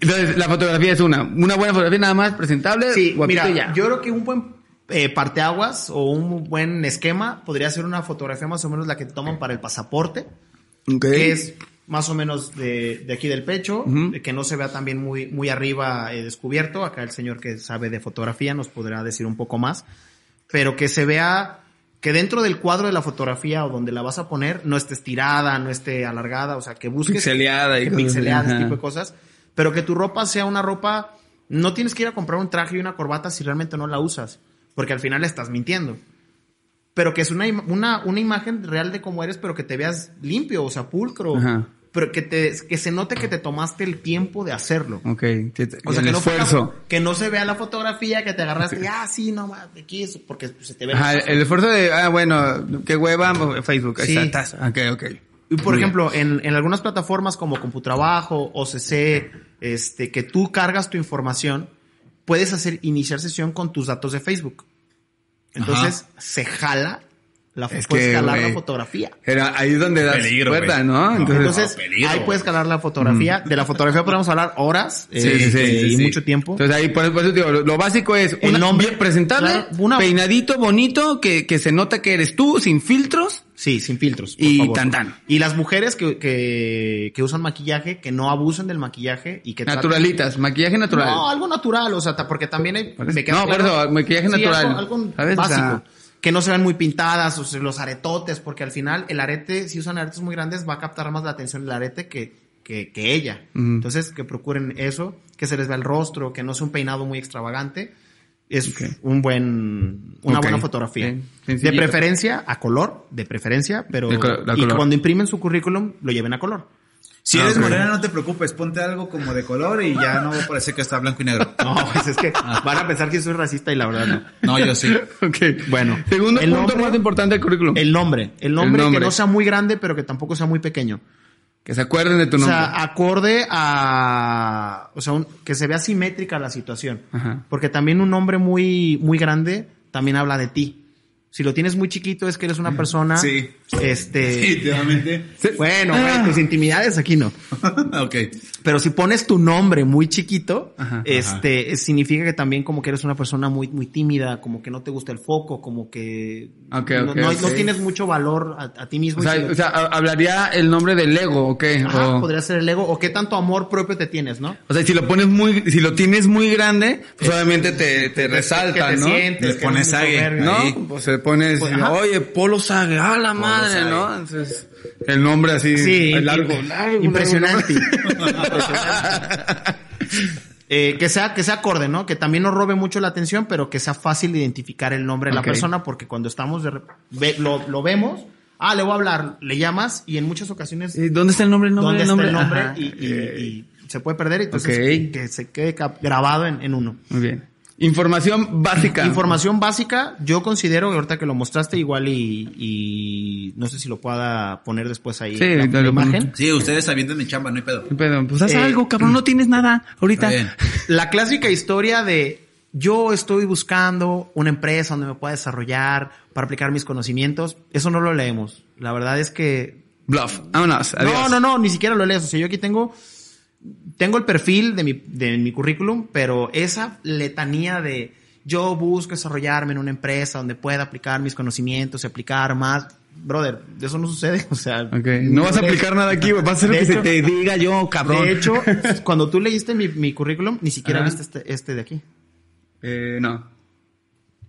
Speaker 3: Entonces, la fotografía es una. Una buena fotografía nada más presentable.
Speaker 2: Sí,
Speaker 3: guapito
Speaker 2: mira,
Speaker 3: y ya.
Speaker 2: yo creo que un buen eh, parteaguas o un buen esquema podría ser una fotografía más o menos la que toman para el pasaporte,
Speaker 3: Ok.
Speaker 2: que es más o menos de, de aquí del pecho,
Speaker 3: Ujú.
Speaker 2: de que no se vea también muy, muy arriba eh, descubierto. Acá el señor que sabe de fotografía nos podrá decir un poco más, pero que se vea que dentro del cuadro de la fotografía o donde la vas a poner no esté estirada, no esté alargada, o sea, que busques
Speaker 3: Pixeleada y
Speaker 2: que
Speaker 3: cosas así,
Speaker 2: pixeleada, ese
Speaker 3: ajá.
Speaker 2: tipo de cosas, pero que tu ropa sea una ropa, no tienes que ir a comprar un traje y una corbata si realmente no la usas, porque al final estás mintiendo. Pero que es una, im- una, una imagen real de cómo eres, pero que te veas limpio, o sea, pulcro,
Speaker 3: Ajá.
Speaker 2: pero que, te, que se note que te tomaste el tiempo de hacerlo.
Speaker 3: Ok.
Speaker 2: O sea,
Speaker 3: el
Speaker 2: que no, fue la-
Speaker 3: esfuerzo.
Speaker 2: que no se vea la fotografía que te agarraste y, ah, sí, no más, aquí es porque se te ve.
Speaker 3: Ajá, el, el esfuerzo de, ah, bueno, qué hueva, Facebook. Ahí
Speaker 2: Sí.
Speaker 3: está, tas. Ok, ok.
Speaker 2: Y, por
Speaker 3: Muy bien.
Speaker 2: ejemplo, en, en algunas plataformas como Computrabajo, OCC, este, que tú cargas tu información, puedes hacer iniciar sesión con tus datos de Facebook. Entonces, se jala, la,
Speaker 3: Es
Speaker 2: puedes
Speaker 3: que,
Speaker 2: jalar
Speaker 3: güey.
Speaker 2: la fotografía.
Speaker 3: Era ahí es donde das
Speaker 1: Peligro,
Speaker 3: cuerda,
Speaker 1: güey.
Speaker 3: ¿no? Mm.
Speaker 1: No,
Speaker 3: Entonces,
Speaker 2: Entonces,
Speaker 1: peligro,
Speaker 2: ahí
Speaker 1: güey.
Speaker 2: puedes jalar la fotografía. De la fotografía podemos hablar horas eh, este, y mucho tiempo.
Speaker 3: Entonces ahí, por, por eso te digo, lo, lo básico es
Speaker 2: El
Speaker 3: un
Speaker 2: nombre,
Speaker 3: nombre presentable,
Speaker 2: claro, una-
Speaker 3: peinadito bonito, que, que se nota que eres tú, sin filtros.
Speaker 2: Sí, sin filtros. por
Speaker 3: Y
Speaker 2: favor.
Speaker 3: tan, tan.
Speaker 2: Y las mujeres que, que, que usan maquillaje, que no abusen del maquillaje y que traten-
Speaker 3: Naturalitas, maquillaje natural.
Speaker 2: No, algo natural, o sea, ta- porque también hay...
Speaker 3: Por eso-
Speaker 2: me queda
Speaker 3: no, por eso, maquillaje natural,
Speaker 2: Algo, algo
Speaker 3: ¿sabes? O
Speaker 2: básico.
Speaker 3: sea-
Speaker 2: que no se vean muy pintadas, o sea, los aretotes, porque al final el arete, si usan aretes muy grandes, va a captar más la atención el arete que, que, que ella.
Speaker 3: Ujú.
Speaker 2: Entonces, que procuren eso, que se les vea el rostro, que no sea un peinado muy extravagante. Es un buen, una
Speaker 3: Ok.
Speaker 2: buena fotografía.
Speaker 3: Bien,
Speaker 2: de
Speaker 3: sencillito.
Speaker 2: preferencia a color, de preferencia, pero
Speaker 3: De col- de
Speaker 2: y
Speaker 3: color.
Speaker 2: cuando imprimen su currículum lo lleven a color.
Speaker 1: Si
Speaker 3: Ah,
Speaker 1: eres
Speaker 3: ok.
Speaker 1: morena, no te preocupes, ponte algo como de color y ya no va a parecer que está blanco y negro.
Speaker 2: No, pues es que
Speaker 3: Ah.
Speaker 2: van a pensar que soy racista y la verdad no.
Speaker 1: No, yo sí.
Speaker 3: Ok.
Speaker 2: Bueno,
Speaker 3: Segundo
Speaker 2: el
Speaker 3: punto
Speaker 2: nombre-
Speaker 3: más importante del currículum.
Speaker 2: El nombre. El nombre,
Speaker 3: nombre.
Speaker 2: que no sea muy grande, pero que tampoco sea muy pequeño.
Speaker 3: que se acuerden de tu
Speaker 2: o
Speaker 3: nombre.
Speaker 2: sea, acorde a. O sea, un- que se vea simétrica la situación.
Speaker 3: Ajá.
Speaker 2: Porque también un nombre muy, muy grande también habla de ti. Si lo tienes muy chiquito es que eres una persona...
Speaker 1: Sí.
Speaker 2: Este...
Speaker 1: Definitivamente.
Speaker 2: Bueno,
Speaker 3: Ah.
Speaker 2: güey, tus intimidades aquí no.
Speaker 1: ok.
Speaker 2: Pero si pones tu nombre muy chiquito,
Speaker 3: Ajá.
Speaker 2: este, significa que también como que eres una persona muy, muy tímida, como que no te gusta el foco, como que
Speaker 3: Ok,
Speaker 2: no,
Speaker 3: ok,
Speaker 2: no- no
Speaker 3: ok.
Speaker 2: tienes mucho valor a, a ti mismo.
Speaker 3: O
Speaker 2: y
Speaker 3: sea,
Speaker 2: si lo-
Speaker 3: o sea, ha- hablaría el nombre del ego, ¿ok?
Speaker 2: Ajá,
Speaker 3: o,
Speaker 2: podría ser el ego. O qué tanto amor propio te tienes, ¿no?
Speaker 3: o sea, si lo pones muy, si lo tienes muy grande, pues obviamente te, te resalta,
Speaker 2: que te
Speaker 3: ¿no?
Speaker 2: sientes,
Speaker 1: Le
Speaker 2: que
Speaker 1: pones
Speaker 2: eres muy
Speaker 1: ague, ¿no?
Speaker 2: soberbio.
Speaker 3: No,
Speaker 1: Ahí.
Speaker 3: pues se pone,
Speaker 2: Pues,
Speaker 3: así,
Speaker 2: ajá.
Speaker 3: oye, Polo Sague, ah, la madre,
Speaker 1: Sague.
Speaker 3: ¿no? Entonces, el nombre así,
Speaker 2: Sí,
Speaker 3: el largo,
Speaker 2: imp-
Speaker 3: largo,
Speaker 2: impresionante.
Speaker 3: largo.
Speaker 2: Impresionante. Eh, que sea que sea acorde, ¿no? Que también nos robe mucho la atención, pero que sea fácil identificar el nombre de
Speaker 3: Ok.
Speaker 2: la persona, porque cuando estamos de re- ve- lo, lo vemos, ah, le voy a hablar, le llamas y en muchas ocasiones
Speaker 3: Eh, ¿Dónde está el nombre? El nombre,
Speaker 2: dónde
Speaker 3: el
Speaker 2: está
Speaker 3: nombre?
Speaker 2: el nombre
Speaker 3: Ajá.
Speaker 2: y, y- y se puede perder, entonces
Speaker 3: Ok.
Speaker 2: que se quede cap- grabado en, en uno.
Speaker 3: Muy bien. Información básica.
Speaker 2: Información básica, yo considero que ahorita que lo mostraste igual y, y no sé si lo pueda poner después ahí
Speaker 3: Sí,
Speaker 2: en la,
Speaker 3: lo-
Speaker 2: imagen.
Speaker 1: Sí, ustedes sabiendo mi chamba, no hay pedo.
Speaker 3: ¿Qué pedo? Pues haz
Speaker 2: Eh,
Speaker 3: algo, cabrón, no tienes nada ahorita.
Speaker 1: Está bien.
Speaker 2: La clásica historia de yo estoy buscando una empresa donde me pueda desarrollar para aplicar mis conocimientos, eso no lo leemos. La verdad es que
Speaker 3: Bluff, vámonos, adiós.
Speaker 2: No, no, no, ni siquiera lo lees. O sea, yo aquí tengo, tengo el perfil de mi, de mi currículum, pero esa letanía de yo busco desarrollarme en una empresa donde pueda aplicar mis conocimientos y aplicar más. Brother, eso no sucede. O sea,
Speaker 3: Ok, no vas a
Speaker 2: le-
Speaker 3: aplicar nada aquí, güey. Vas a hacer lo
Speaker 2: De
Speaker 3: que se
Speaker 2: hecho-
Speaker 3: te diga yo, cabrón.
Speaker 2: De hecho, cuando tú leíste mi, mi currículum, ni siquiera
Speaker 3: Ajá.
Speaker 2: viste este, este de aquí.
Speaker 3: Eh, no.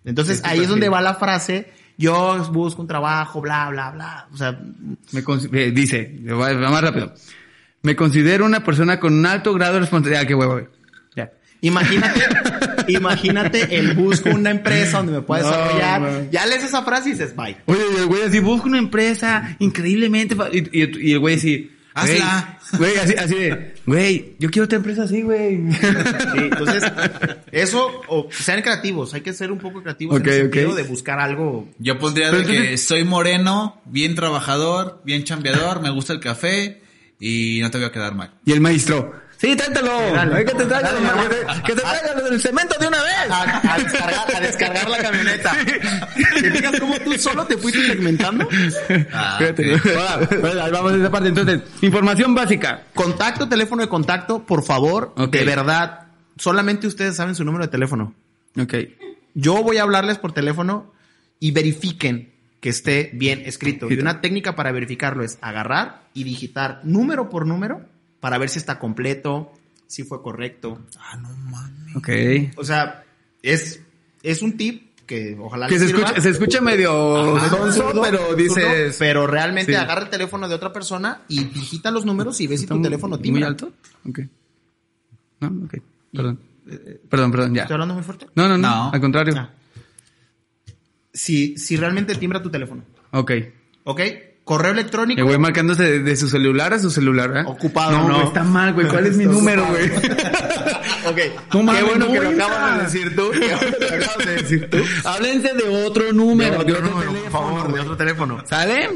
Speaker 2: Entonces,
Speaker 3: Este
Speaker 2: ahí es donde
Speaker 3: perfil.
Speaker 2: va la frase, yo busco un trabajo, bla, bla, bla. O sea,
Speaker 3: Me cons- eh, dice, va va más rápido. Me considero una persona con un alto grado de responsabilidad. Ah, qué huevo, güey. Ya.
Speaker 2: Imagínate, imagínate el busco una empresa donde me pueda
Speaker 3: No,
Speaker 2: desarrollar.
Speaker 3: man.
Speaker 2: ya lees esa frase y dices, bye.
Speaker 3: Oye, y el güey así, busco una empresa increíblemente. fa- Y, y- y el güey así, güey,
Speaker 1: Hazla.
Speaker 3: Güey, así, así de, güey, yo quiero otra empresa así, güey.
Speaker 2: Sí, entonces, eso, o sean creativos, hay que ser un poco creativos
Speaker 3: Ok,
Speaker 2: en el
Speaker 3: ok.
Speaker 2: sentido de buscar algo.
Speaker 1: Yo pondría
Speaker 3: Pero
Speaker 1: de que
Speaker 3: entonces-
Speaker 1: soy moreno, bien trabajador, bien chambeador, me gusta el café y no te voy a quedar mal.
Speaker 3: Y el maestro, sí, trántalo.
Speaker 2: dale.
Speaker 3: Ay, que te traigan,
Speaker 2: Dale,
Speaker 3: que
Speaker 2: mamá.
Speaker 3: te- que te traigan el cemento de una vez.
Speaker 2: A, a descargar, a descargar la camioneta. ¿Te fijas cómo tú solo te fuiste segmentando?
Speaker 1: Ah,
Speaker 3: Fíjate.
Speaker 1: ok.
Speaker 3: Ahora, ahora, ahí vamos a esa parte. Entonces, información básica.
Speaker 2: Contacto, teléfono de contacto, por favor,
Speaker 3: Ok.
Speaker 2: de verdad, solamente ustedes saben su número de teléfono.
Speaker 3: Ok.
Speaker 2: Yo voy a hablarles por teléfono y verifiquen que esté bien escrito. Y una técnica para verificarlo es agarrar y digitar número por número para ver si está completo, si fue correcto.
Speaker 1: Ah, no mames.
Speaker 3: Ok.
Speaker 2: O sea, es, es un tip que ojalá
Speaker 3: Que
Speaker 2: les
Speaker 3: se
Speaker 2: sirva.
Speaker 3: escucha, se escucha medio
Speaker 2: Ajá,
Speaker 3: sonso,
Speaker 2: zurdo,
Speaker 3: pero
Speaker 2: zurdo,
Speaker 3: dices.
Speaker 2: pero realmente
Speaker 3: sí.
Speaker 2: agarra el teléfono de otra persona y digita los números y ves si
Speaker 3: ¿está
Speaker 2: tu
Speaker 3: muy-
Speaker 2: teléfono
Speaker 3: muy
Speaker 2: timbra.
Speaker 3: alto? Ok. No, ok. Perdón. Perdón, perdón, ya.
Speaker 2: ¿Estoy hablando muy fuerte?
Speaker 3: No, no, no.
Speaker 1: No.
Speaker 3: Al contrario.
Speaker 2: Ah. Si, si realmente timbra tu teléfono.
Speaker 3: Ok.
Speaker 2: ¿Ok? Correo
Speaker 3: El
Speaker 2: electrónico.
Speaker 3: güey marcándose de, de su celular a su celular, ¿eh?
Speaker 2: Ocupado,
Speaker 3: No,
Speaker 2: no.
Speaker 3: güey, está mal, güey. ¿Cuál es mi
Speaker 2: Está
Speaker 3: número, güey?
Speaker 2: Ok.
Speaker 3: No mames,
Speaker 2: Qué bueno
Speaker 3: no
Speaker 2: que lo
Speaker 3: entra.
Speaker 2: acabas de decir tú. Qué bueno que lo acabas de decir tú.
Speaker 3: Háblense de otro número.
Speaker 2: De
Speaker 3: de
Speaker 2: otro
Speaker 3: otro
Speaker 2: número, por
Speaker 3: teléfono.
Speaker 2: favor, de otro teléfono.
Speaker 3: ¿Sale?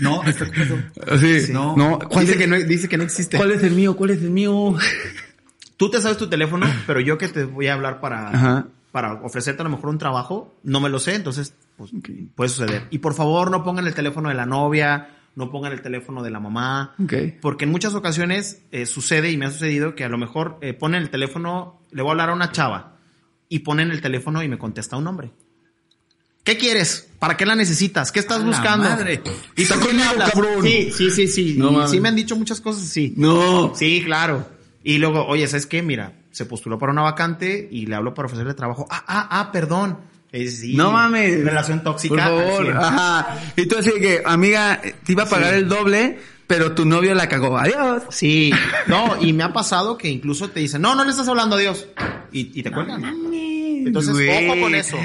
Speaker 1: No, está ocupado.
Speaker 3: Sí.
Speaker 1: No.
Speaker 3: No. ¿Cuál
Speaker 2: dice,
Speaker 3: es-
Speaker 2: que no, dice que no existe.
Speaker 3: ¿Cuál es el mío? ¿Cuál es el mío?
Speaker 2: Tú te sabes tu teléfono, pero yo que te voy a hablar para,
Speaker 3: Ajá.
Speaker 2: para ofrecerte a lo mejor un trabajo, no me lo sé, entonces pues,
Speaker 3: Ok.
Speaker 2: puede suceder. Y por favor, no pongan el teléfono de la novia, no pongan el teléfono de la mamá,
Speaker 3: Ok.
Speaker 2: porque en muchas ocasiones eh, sucede y me ha sucedido que a lo mejor eh, ponen el teléfono, le voy a hablar a una chava y ponen el teléfono y me contesta un hombre. ¿Qué quieres? ¿Para qué la necesitas? ¿Qué estás
Speaker 1: A la
Speaker 2: buscando?
Speaker 1: madre.
Speaker 2: ¿Y
Speaker 3: Está
Speaker 2: por qué me
Speaker 3: conmigo,
Speaker 2: hablas?
Speaker 3: cabrón.
Speaker 2: Sí, sí, sí, sí.
Speaker 3: No
Speaker 2: Y
Speaker 3: mames.
Speaker 2: sí me han dicho muchas cosas así.
Speaker 3: No.
Speaker 2: Sí, claro. Y luego, oye, ¿sabes qué? Mira, se postuló para una vacante y le hablo para ofrecerle trabajo. Ah, ah, ah, perdón. Eh, sí.
Speaker 3: No mames.
Speaker 2: Relación tóxica.
Speaker 3: Por
Speaker 2: al
Speaker 3: favor. Ah,
Speaker 2: cien.
Speaker 3: Ajá. Y tú así de que, amiga, te iba a pagar el doble, pero tu novio la cagó. Adiós.
Speaker 2: Sí. No, y me ha pasado que incluso te dicen, no, no le estás hablando a Dios. Y, y te cuelgan. Entonces,
Speaker 3: Güey.
Speaker 2: ojo con eso.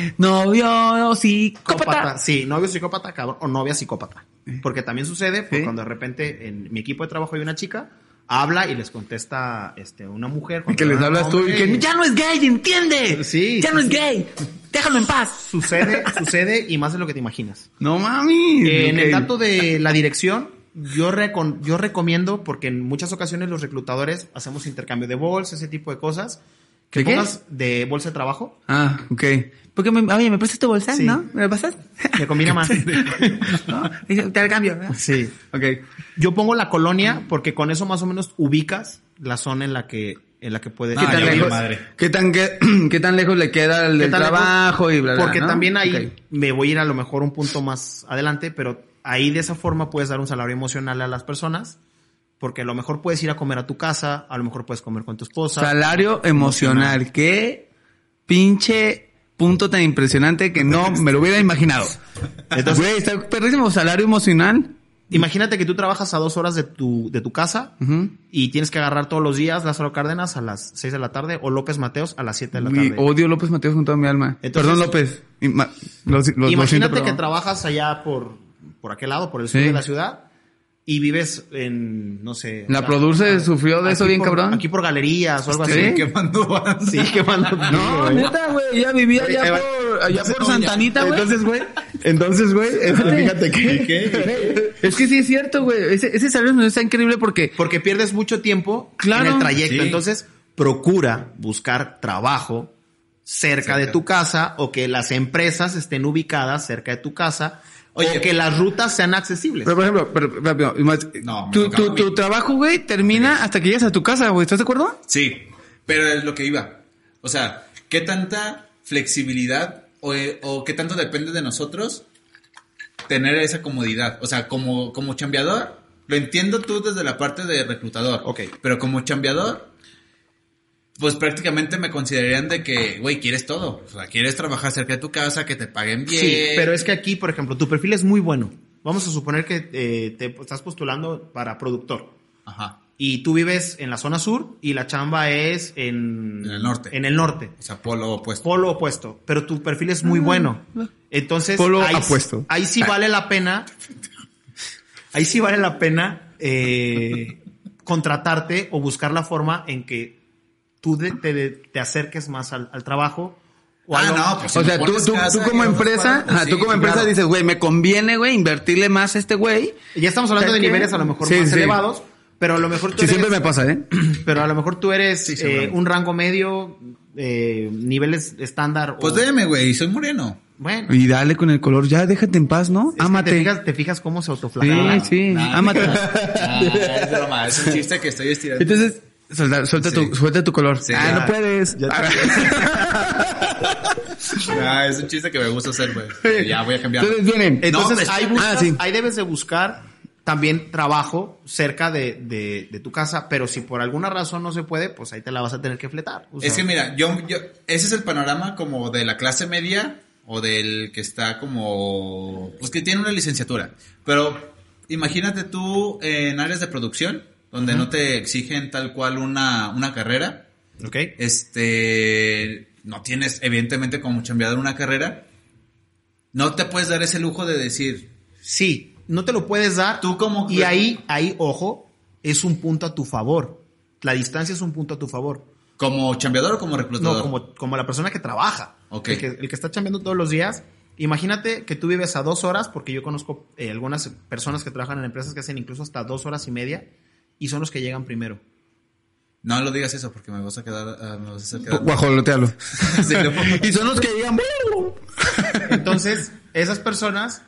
Speaker 3: Novio,
Speaker 2: Psicópata.
Speaker 3: psicópata.
Speaker 2: Sí, novio psicópata, cabrón. O novia psicópata. Porque también sucede pues,
Speaker 3: Sí.
Speaker 2: cuando de repente en mi equipo de trabajo hay una chica, habla y les contesta este, una mujer.
Speaker 3: Y que les hablas tú y que
Speaker 2: Hombre.
Speaker 3: ya no es gay, ¿entiende?
Speaker 2: Sí,
Speaker 3: Ya
Speaker 2: sí,
Speaker 3: no es gay. Déjalo en paz.
Speaker 2: Sucede, sucede y más de lo que te imaginas.
Speaker 3: No mami.
Speaker 2: En el
Speaker 3: Ok.
Speaker 2: dato de la dirección, yo, recon- yo recomiendo, porque en muchas ocasiones los reclutadores hacemos intercambio de bolsas, ese tipo de cosas, que
Speaker 3: ¿De qué?
Speaker 2: pongas de bolsa de trabajo.
Speaker 3: Ah, ok. Porque me, oye, me prestas tu bolsa,
Speaker 2: Sí.
Speaker 3: ¿no? ¿Me lo pasas?
Speaker 2: Me combina más.
Speaker 3: ¿No? Dice, Te la cambio. ¿verdad?
Speaker 2: Sí.
Speaker 3: Ok.
Speaker 2: Yo pongo la colonia porque con eso más o menos ubicas la zona en la que, en la que puede.
Speaker 1: Ah,
Speaker 3: ¿Qué
Speaker 2: ¿Qué
Speaker 1: ya
Speaker 3: tan
Speaker 1: valió
Speaker 3: lejos?
Speaker 1: madre.
Speaker 3: ¿Qué tan, qué, qué tan lejos le queda el del
Speaker 2: tan lejos?
Speaker 3: trabajo y bla, bla,
Speaker 2: Porque
Speaker 3: ¿no?
Speaker 2: también ahí
Speaker 3: Ok.
Speaker 2: me voy a ir a lo mejor un punto más adelante, pero ahí de esa forma puedes dar un salario emocional a las personas. Porque a lo mejor puedes ir a comer a tu casa, a lo mejor puedes comer con tu esposa.
Speaker 3: Salario emocional. Qué pinche punto tan impresionante que no me lo hubiera imaginado.
Speaker 2: Entonces-
Speaker 3: Güey, está perrísimo. Salario emocional.
Speaker 2: Imagínate que tú trabajas a dos horas de tu, de tu casa
Speaker 3: Ujú.
Speaker 2: y tienes que agarrar todos los días Lázaro Cárdenas a las 6 de la tarde o López Mateos a las 7 de la
Speaker 3: Mi-
Speaker 2: tarde.
Speaker 3: odio a López Mateos con toda mi alma.
Speaker 2: Entonces-
Speaker 3: Perdón, López. Ima- lo- lo- lo siento,
Speaker 2: Imagínate
Speaker 3: pero-
Speaker 2: que trabajas allá por, por aquel lado, por el sur
Speaker 3: Sí.
Speaker 2: de la ciudad, y vives en, no sé.
Speaker 3: La
Speaker 2: acá-
Speaker 3: Produce
Speaker 2: acá-
Speaker 3: sufrió de eso
Speaker 2: aquí
Speaker 3: bien
Speaker 2: por-
Speaker 3: cabrón.
Speaker 2: Aquí por galerías o algo
Speaker 3: Sí.
Speaker 2: así.
Speaker 1: Quemando bandas.
Speaker 2: Sí, quemando.
Speaker 3: No, neta, güey. Ya vivía
Speaker 2: Ahí
Speaker 3: allá
Speaker 2: va.
Speaker 3: por, allá por
Speaker 1: No,
Speaker 3: Santanita, güey.
Speaker 2: Entonces, güey. Entonces, güey. este, Fíjate que.
Speaker 3: Es que sí es cierto, güey. Ese, ese salario emocional está increíble porque
Speaker 2: Porque pierdes mucho tiempo
Speaker 3: Claro.
Speaker 2: en el trayecto.
Speaker 1: Sí.
Speaker 2: Entonces, procura buscar trabajo cerca de tu casa o que las empresas estén ubicadas cerca de tu casa
Speaker 1: Oye.
Speaker 2: o que las rutas sean accesibles.
Speaker 3: Pero, por ejemplo, pero, rápido, imag-
Speaker 1: No, me
Speaker 3: tu,
Speaker 1: toca
Speaker 3: tu-
Speaker 1: a mí.
Speaker 3: tu trabajo, güey, termina hasta que llegas a tu casa, güey. ¿Estás de acuerdo?
Speaker 1: Sí, pero es lo que iba. O sea, ¿qué tanta flexibilidad o, eh, o qué tanto depende de nosotros tener esa comodidad? O sea, como, como chambeador, lo entiendo tú desde la parte de reclutador.
Speaker 2: Ok.
Speaker 1: Pero como chambeador, pues prácticamente me considerarían de que, güey, quieres todo. O sea, quieres trabajar cerca de tu casa, que te paguen bien.
Speaker 2: Sí, pero es que aquí, por ejemplo, tu perfil es muy bueno. Vamos a suponer que eh, te estás postulando para productor
Speaker 1: Ajá.
Speaker 2: y tú vives en la zona sur y la chamba es en,
Speaker 1: En el norte.
Speaker 2: En el norte.
Speaker 1: O sea, polo opuesto.
Speaker 2: Polo opuesto, pero tu perfil es muy bueno. Entonces,
Speaker 3: Polo
Speaker 2: ahí,
Speaker 3: apuesto.
Speaker 2: ahí sí vale la pena. Ahí sí vale la pena eh, contratarte o buscar la forma en que tú de- te, de- te acerques más al, al trabajo. O
Speaker 1: Ah,
Speaker 2: algo-
Speaker 1: no, pues, Si
Speaker 3: o sea,
Speaker 1: me
Speaker 3: tú,
Speaker 1: pones
Speaker 3: tú-
Speaker 1: casa
Speaker 3: tú
Speaker 1: y
Speaker 3: como
Speaker 1: vas a
Speaker 3: empresa,
Speaker 1: parar, pues
Speaker 3: ajá, tú
Speaker 1: sí,
Speaker 3: como empresa
Speaker 1: claro.
Speaker 3: dices, güey, me conviene, güey, invertirle más a este güey.
Speaker 2: Ya estamos hablando
Speaker 3: O
Speaker 2: de
Speaker 3: sea que-
Speaker 2: niveles a lo mejor
Speaker 3: Sí,
Speaker 2: más
Speaker 3: sí.
Speaker 2: elevados, pero a lo mejor tú
Speaker 3: Sí,
Speaker 2: eres-
Speaker 3: siempre me pasa, ¿eh?
Speaker 2: pero a lo mejor tú eres eh,
Speaker 1: seguramente.
Speaker 2: un rango medio, eh, niveles estándar.
Speaker 1: Pues
Speaker 2: o-
Speaker 1: déjame, güey, soy moreno.
Speaker 2: Bueno,
Speaker 3: Y dale con el color, ya déjate en paz, ¿no?
Speaker 2: es que Te
Speaker 3: Ámate.
Speaker 2: fijas, te fijas cómo se
Speaker 3: Sí,
Speaker 2: autoflagela.
Speaker 3: sí,
Speaker 1: Nada.
Speaker 3: ámate.
Speaker 1: Ah, es broma, es un chiste que estoy estirando.
Speaker 3: Entonces, suelta, suelta
Speaker 1: Sí.
Speaker 3: tu, suelta tu color.
Speaker 1: Sí.
Speaker 3: ah,
Speaker 1: Ya.
Speaker 3: no puedes.
Speaker 2: Ya te-
Speaker 1: Ah, es un chiste que me gusta hacer, güey. Ya voy a cambiar.
Speaker 3: Entonces vienen.
Speaker 1: No,
Speaker 2: Entonces,
Speaker 1: pues,
Speaker 2: ahí,
Speaker 1: ah,
Speaker 2: buscas-
Speaker 3: sí.
Speaker 2: ahí debes de buscar también trabajo cerca de, de- de tu casa, pero si por alguna razón no se puede, pues ahí te la vas a tener que fletar. O
Speaker 1: Es que
Speaker 2: sea,
Speaker 1: mira, yo, yo, ese es el panorama como de la clase media o del que está como, pues que tiene una licenciatura. Pero imagínate tú en áreas de producción, donde no te exigen tal cual una, una carrera,
Speaker 2: ¿ok?
Speaker 1: este, no tienes evidentemente como chambeador una carrera, no te puedes dar ese lujo de decir,
Speaker 2: Sí, no te lo puedes dar.
Speaker 1: Tú como-
Speaker 2: Y ahí, ahí, ojo, es un punto a tu favor. La distancia es un punto a tu favor.
Speaker 1: como chambeador o como reclutador.
Speaker 2: No, como, como la persona que trabaja.
Speaker 1: Pues Ok.
Speaker 2: El, que, el que está chambeando todos los días. Imagínate que tú vives a dos horas, porque yo conozco eh, algunas personas que trabajan en empresas que hacen incluso hasta dos horas y media, y son los que llegan primero.
Speaker 1: No lo digas eso porque me vas a quedar, ah, me vas a hacer quedar.
Speaker 3: Guajolotealo.
Speaker 1: Sí, lo pongo.
Speaker 3: y son los que digan,
Speaker 2: Entonces, esas personas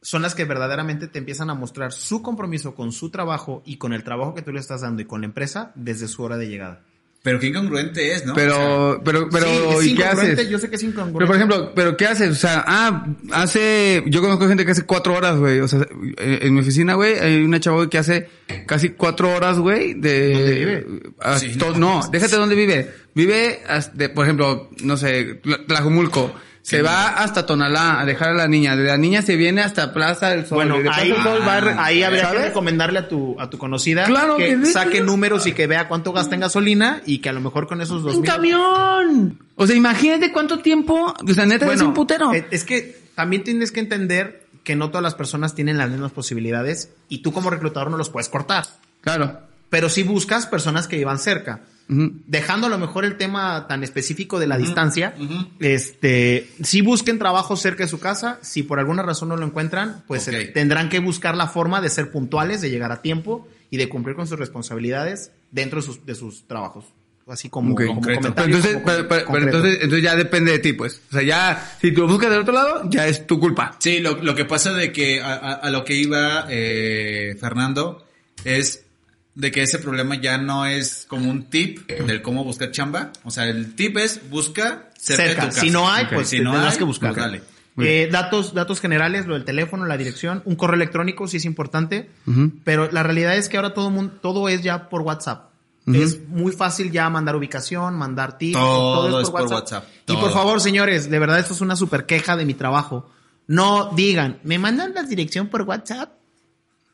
Speaker 2: son las que verdaderamente te empiezan a mostrar su compromiso con su trabajo y con el trabajo que tú le estás dando y con la empresa desde su hora de llegada.
Speaker 1: Pero qué incongruente es, ¿no?
Speaker 3: Pero, pero, pero,
Speaker 2: Sí, es
Speaker 3: ¿y qué
Speaker 2: incongruente,
Speaker 3: haces?
Speaker 2: Yo sé que es incongruente.
Speaker 3: Pero por ejemplo, pero ¿qué haces? O sea, ah, hace, yo conozco gente que hace cuatro horas, güey. O sea, eh, en mi oficina, güey, hay una chava güey, que hace casi cuatro horas, güey, de.
Speaker 2: ¿Dónde vive?
Speaker 3: hasta-
Speaker 1: Sí,
Speaker 3: no,
Speaker 1: no.
Speaker 3: déjate dónde vive. Vive, hasta- de, por ejemplo, no sé, Tla- Tlajumulco. Se va hasta Tonalá a dejar a la niña. De la niña se viene hasta Plaza del Sol.
Speaker 2: bueno,
Speaker 3: y de Plaza
Speaker 2: ahí,
Speaker 3: del Sol va a re-
Speaker 2: ahí habría
Speaker 3: Ah. ¿sabes?
Speaker 2: que recomendarle a tu, a tu conocida
Speaker 3: Claro que
Speaker 2: que
Speaker 3: sí.
Speaker 2: saque números y que vea cuánto gasta en gasolina y que a lo mejor con esos dos
Speaker 3: ¡Un
Speaker 2: mil-
Speaker 3: camión! O sea, imagínate cuánto tiempo. O sea, neta, es
Speaker 2: Bueno,
Speaker 3: un putero.
Speaker 2: eh, Es que también tienes que entender que no todas las personas tienen las mismas posibilidades y tú como reclutador no los puedes cortar.
Speaker 3: Claro.
Speaker 2: pero sí buscas personas que vivan cerca.
Speaker 3: Ujú.
Speaker 2: Dejando a lo mejor el tema tan específico de la distancia,
Speaker 1: ujú.
Speaker 2: este, si busquen trabajo cerca de su casa, si por alguna razón no lo encuentran, pues
Speaker 1: Ok.
Speaker 2: eh, tendrán que buscar la forma de ser puntuales, de llegar a tiempo y de cumplir con sus responsabilidades dentro de sus, de sus trabajos. así como,
Speaker 3: Ok.
Speaker 2: como
Speaker 1: Concreto.
Speaker 2: comentario,
Speaker 3: Pero entonces,
Speaker 2: como
Speaker 3: pero- pero- pero
Speaker 2: concreto.
Speaker 3: entonces, entonces ya depende de ti, pues. O sea, ya, si tú buscas del otro lado, ya es tu culpa.
Speaker 1: Sí, lo, lo que pasa de que a, a- a lo que iba eh, Fernando es de que ese problema ya no es como un tip del cómo buscar chamba. O sea, el tip es busca cerca, de tu
Speaker 2: cerca.
Speaker 1: casa.
Speaker 2: Si no hay,
Speaker 1: Ok.
Speaker 2: pues
Speaker 1: si
Speaker 2: te-
Speaker 1: no
Speaker 2: tendrás
Speaker 1: hay,
Speaker 2: que buscar.
Speaker 1: pues dale.
Speaker 2: Eh, datos, datos generales, lo del teléfono, la dirección, un correo electrónico sí es importante,
Speaker 3: Ujú.
Speaker 2: pero la realidad es que ahora todo mundo, todo es ya por WhatsApp.
Speaker 3: Ujú.
Speaker 2: Es muy fácil ya mandar ubicación, mandar tips,
Speaker 1: Todo es por WhatsApp,
Speaker 2: Y
Speaker 1: todo.
Speaker 2: por favor, señores, de verdad esto es una super queja de mi trabajo. No digan, ¿me mandan la dirección por WhatsApp?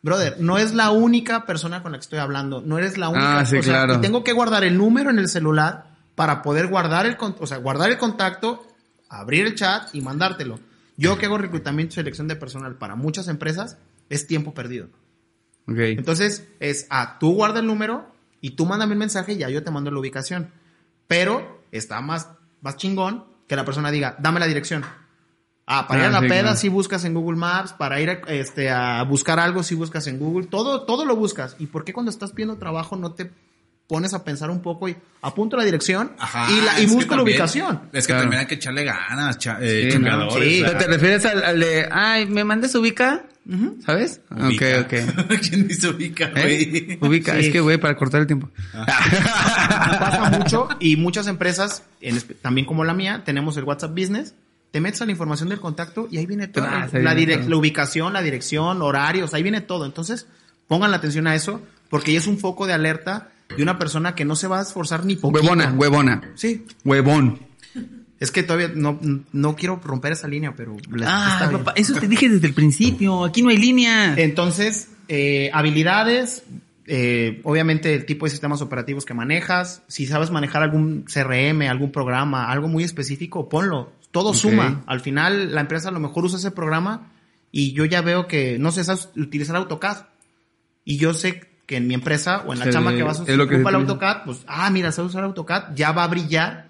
Speaker 2: Brother, no es la única persona con la que estoy hablando. No eres la única.
Speaker 3: Ah, sí,
Speaker 2: o sea,
Speaker 3: claro.
Speaker 2: y tengo que guardar el número en el celular para poder guardar el, con- o sea, guardar el contacto, abrir el chat y mandártelo. Yo que hago reclutamiento y selección de personal para muchas empresas, es tiempo perdido.
Speaker 3: Ok.
Speaker 2: Entonces, es a tú guarda el número y tú mándame un mensaje y ya yo te mando la ubicación. Pero está más, más chingón que la persona diga, dame la dirección. Ah, para
Speaker 3: Ah,
Speaker 2: ir a la
Speaker 3: sí,
Speaker 2: peda
Speaker 3: claro.
Speaker 2: si buscas en Google Maps, para ir a, este, a buscar algo si buscas en Google, todo, todo lo buscas. ¿Y por qué cuando estás pidiendo trabajo no te pones a pensar un poco y apunto la dirección
Speaker 1: Ajá,
Speaker 2: y, la, y
Speaker 1: es que
Speaker 2: busco la
Speaker 1: también-
Speaker 2: ubicación?
Speaker 1: Es que
Speaker 3: Claro.
Speaker 1: también hay que echarle ganas, cha- eh,
Speaker 3: Sí, ¿no?
Speaker 1: chingadores,
Speaker 2: Sí.
Speaker 1: o
Speaker 3: O
Speaker 1: sea,
Speaker 3: sea, ¿Te refieres al, al de, ay, me mandas ubica? ¿Sabes?
Speaker 1: ubica.
Speaker 3: Ok, ok.
Speaker 1: ¿Quién dice ubica, güey? Ah.
Speaker 3: ¿Eh? Ubica,
Speaker 2: Sí.
Speaker 3: es que, güey, para cortar el tiempo.
Speaker 2: pasa mucho y muchas empresas, en espe- también como la mía, tenemos el WhatsApp Business. Te metes a la información del contacto y ahí viene todo.
Speaker 3: Ah, sí,
Speaker 2: la,
Speaker 3: viene
Speaker 2: direc-
Speaker 3: todo.
Speaker 2: la ubicación, la dirección, horarios, ahí viene todo. Entonces, pongan la atención a eso porque ya es un foco de alerta de una persona que no se va a esforzar ni poquito.
Speaker 3: Huevona, huevona.
Speaker 2: Sí.
Speaker 3: Huevón.
Speaker 2: Es que todavía no, no quiero romper esa línea, pero... les- está
Speaker 3: Ah,
Speaker 2: bien.
Speaker 3: papá, eso te dije desde el principio. Aquí no hay línea.
Speaker 2: Entonces, eh, habilidades, eh, obviamente el tipo de sistemas operativos que manejas, si sabes manejar algún CRM, algún programa, algo muy específico, ponlo. Todo
Speaker 3: Ok.
Speaker 2: suma. Al final, la empresa a lo mejor usa ese programa y yo ya veo que, no sé, sabes utilizar AutoCAD. Y yo sé que en mi empresa o en la
Speaker 3: Se
Speaker 2: chamba
Speaker 3: ve-
Speaker 2: que vas a
Speaker 3: es lo que se
Speaker 2: ocupa el
Speaker 3: utiliza.
Speaker 2: AutoCAD, pues, ah, mira, sabe usar AutoCAD, ya va a brillar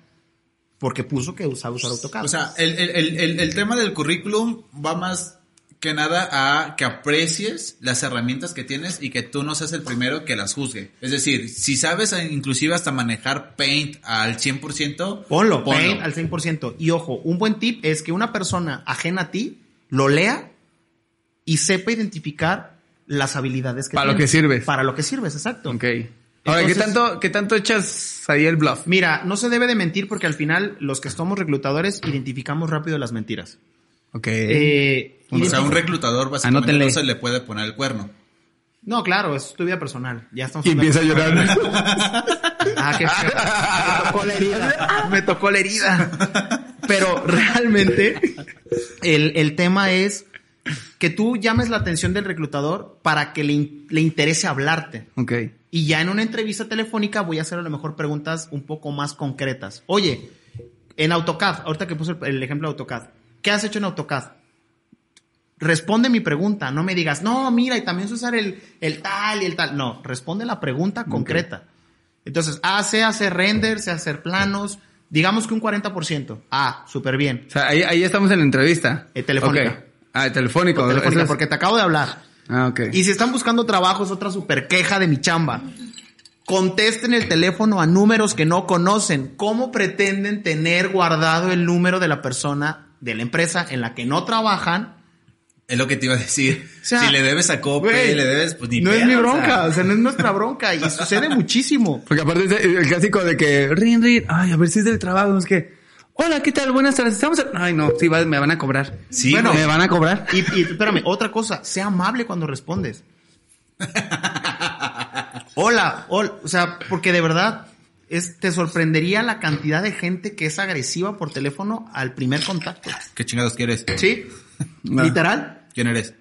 Speaker 2: porque puso que sabe usar AutoCAD.
Speaker 1: O sea, el, el- el- el- el tema del currículum va más que nada a que aprecies las herramientas que tienes y que tú no seas el primero que las juzgue. Es decir, si sabes eh, inclusive hasta manejar Paint al 100%,
Speaker 2: Ponlo, Paint al 100%. Y ojo, un buen tip es que una persona ajena a ti lo lea y sepa identificar las habilidades que
Speaker 3: Para lo
Speaker 2: tienes.
Speaker 3: que sirves.
Speaker 2: Para lo que sirves, exacto.
Speaker 3: ok. Ahora, ¿qué
Speaker 2: Entonces-
Speaker 3: tanto, ¿qué tanto echas ahí el bluff?
Speaker 2: Mira, no se debe de mentir porque al final los que somos reclutadores identificamos rápido las mentiras.
Speaker 3: Ok.
Speaker 2: Eh,
Speaker 1: O sea,
Speaker 2: identif-
Speaker 1: un reclutador básicamente
Speaker 3: Anótenle.
Speaker 1: no se le puede poner el cuerno.
Speaker 2: No, claro, es tu vida personal. Ya estamos
Speaker 3: y empieza a
Speaker 2: hablando-
Speaker 3: llorar.
Speaker 2: Ah, qué feo. Me tocó la herida. Me tocó la herida. Pero realmente el, el tema es que tú llames la atención del reclutador para que le, in- le interese hablarte.
Speaker 3: ok.
Speaker 2: Y ya en una entrevista telefónica voy a hacer a lo mejor preguntas un poco más concretas. Oye, en AutoCAD, ahorita que puse el, el ejemplo de AutoCAD, ¿qué has hecho en AutoCAD? Responde mi pregunta, no me digas, no, mira, y también sé usar el, el tal y el tal. No, responde la pregunta concreta. Entonces, ah, sé hacer render, sé hacer planos, digamos que un 40%. Ah, súper bien.
Speaker 3: O sea, ahí, ahí estamos en la entrevista.
Speaker 2: Eh, telefónica.
Speaker 3: Ok. Ah, telefónico.
Speaker 2: Telefónica,
Speaker 3: Eso es-
Speaker 2: porque te acabo de hablar.
Speaker 3: Ah, ok.
Speaker 2: Y si están buscando trabajo, es otra super queja de mi chamba. Contesten el teléfono a números que no conocen. ¿Cómo pretenden tener guardado el número de la persona de la empresa en la que no trabajan?
Speaker 1: Es lo que te iba a decir.
Speaker 2: O sea,
Speaker 1: si le debes a Cope,
Speaker 2: güey,
Speaker 1: le debes, pues ni
Speaker 2: no es
Speaker 1: pedo,
Speaker 2: mi
Speaker 1: o sea.
Speaker 2: bronca, o sea, no es nuestra bronca y sucede muchísimo.
Speaker 3: Porque aparte es el el clásico de que rin, rin, ay, a ver si es del trabajo, no es que, hola, ¿qué tal? Buenas tardes, estamos, en-". ay, no, sí, va- me van a cobrar.
Speaker 1: Sí,
Speaker 2: Bueno,
Speaker 1: güey.
Speaker 3: me van a cobrar.
Speaker 2: Y, y espérame, otra cosa, sea amable cuando respondes. Hola, hola, o sea, porque de verdad es, te sorprendería la cantidad de gente que es agresiva por teléfono al primer contacto.
Speaker 1: ¿qué chingados quieres?
Speaker 2: ¿Sí?
Speaker 3: No.
Speaker 2: Literal.
Speaker 1: ¿Quién eres?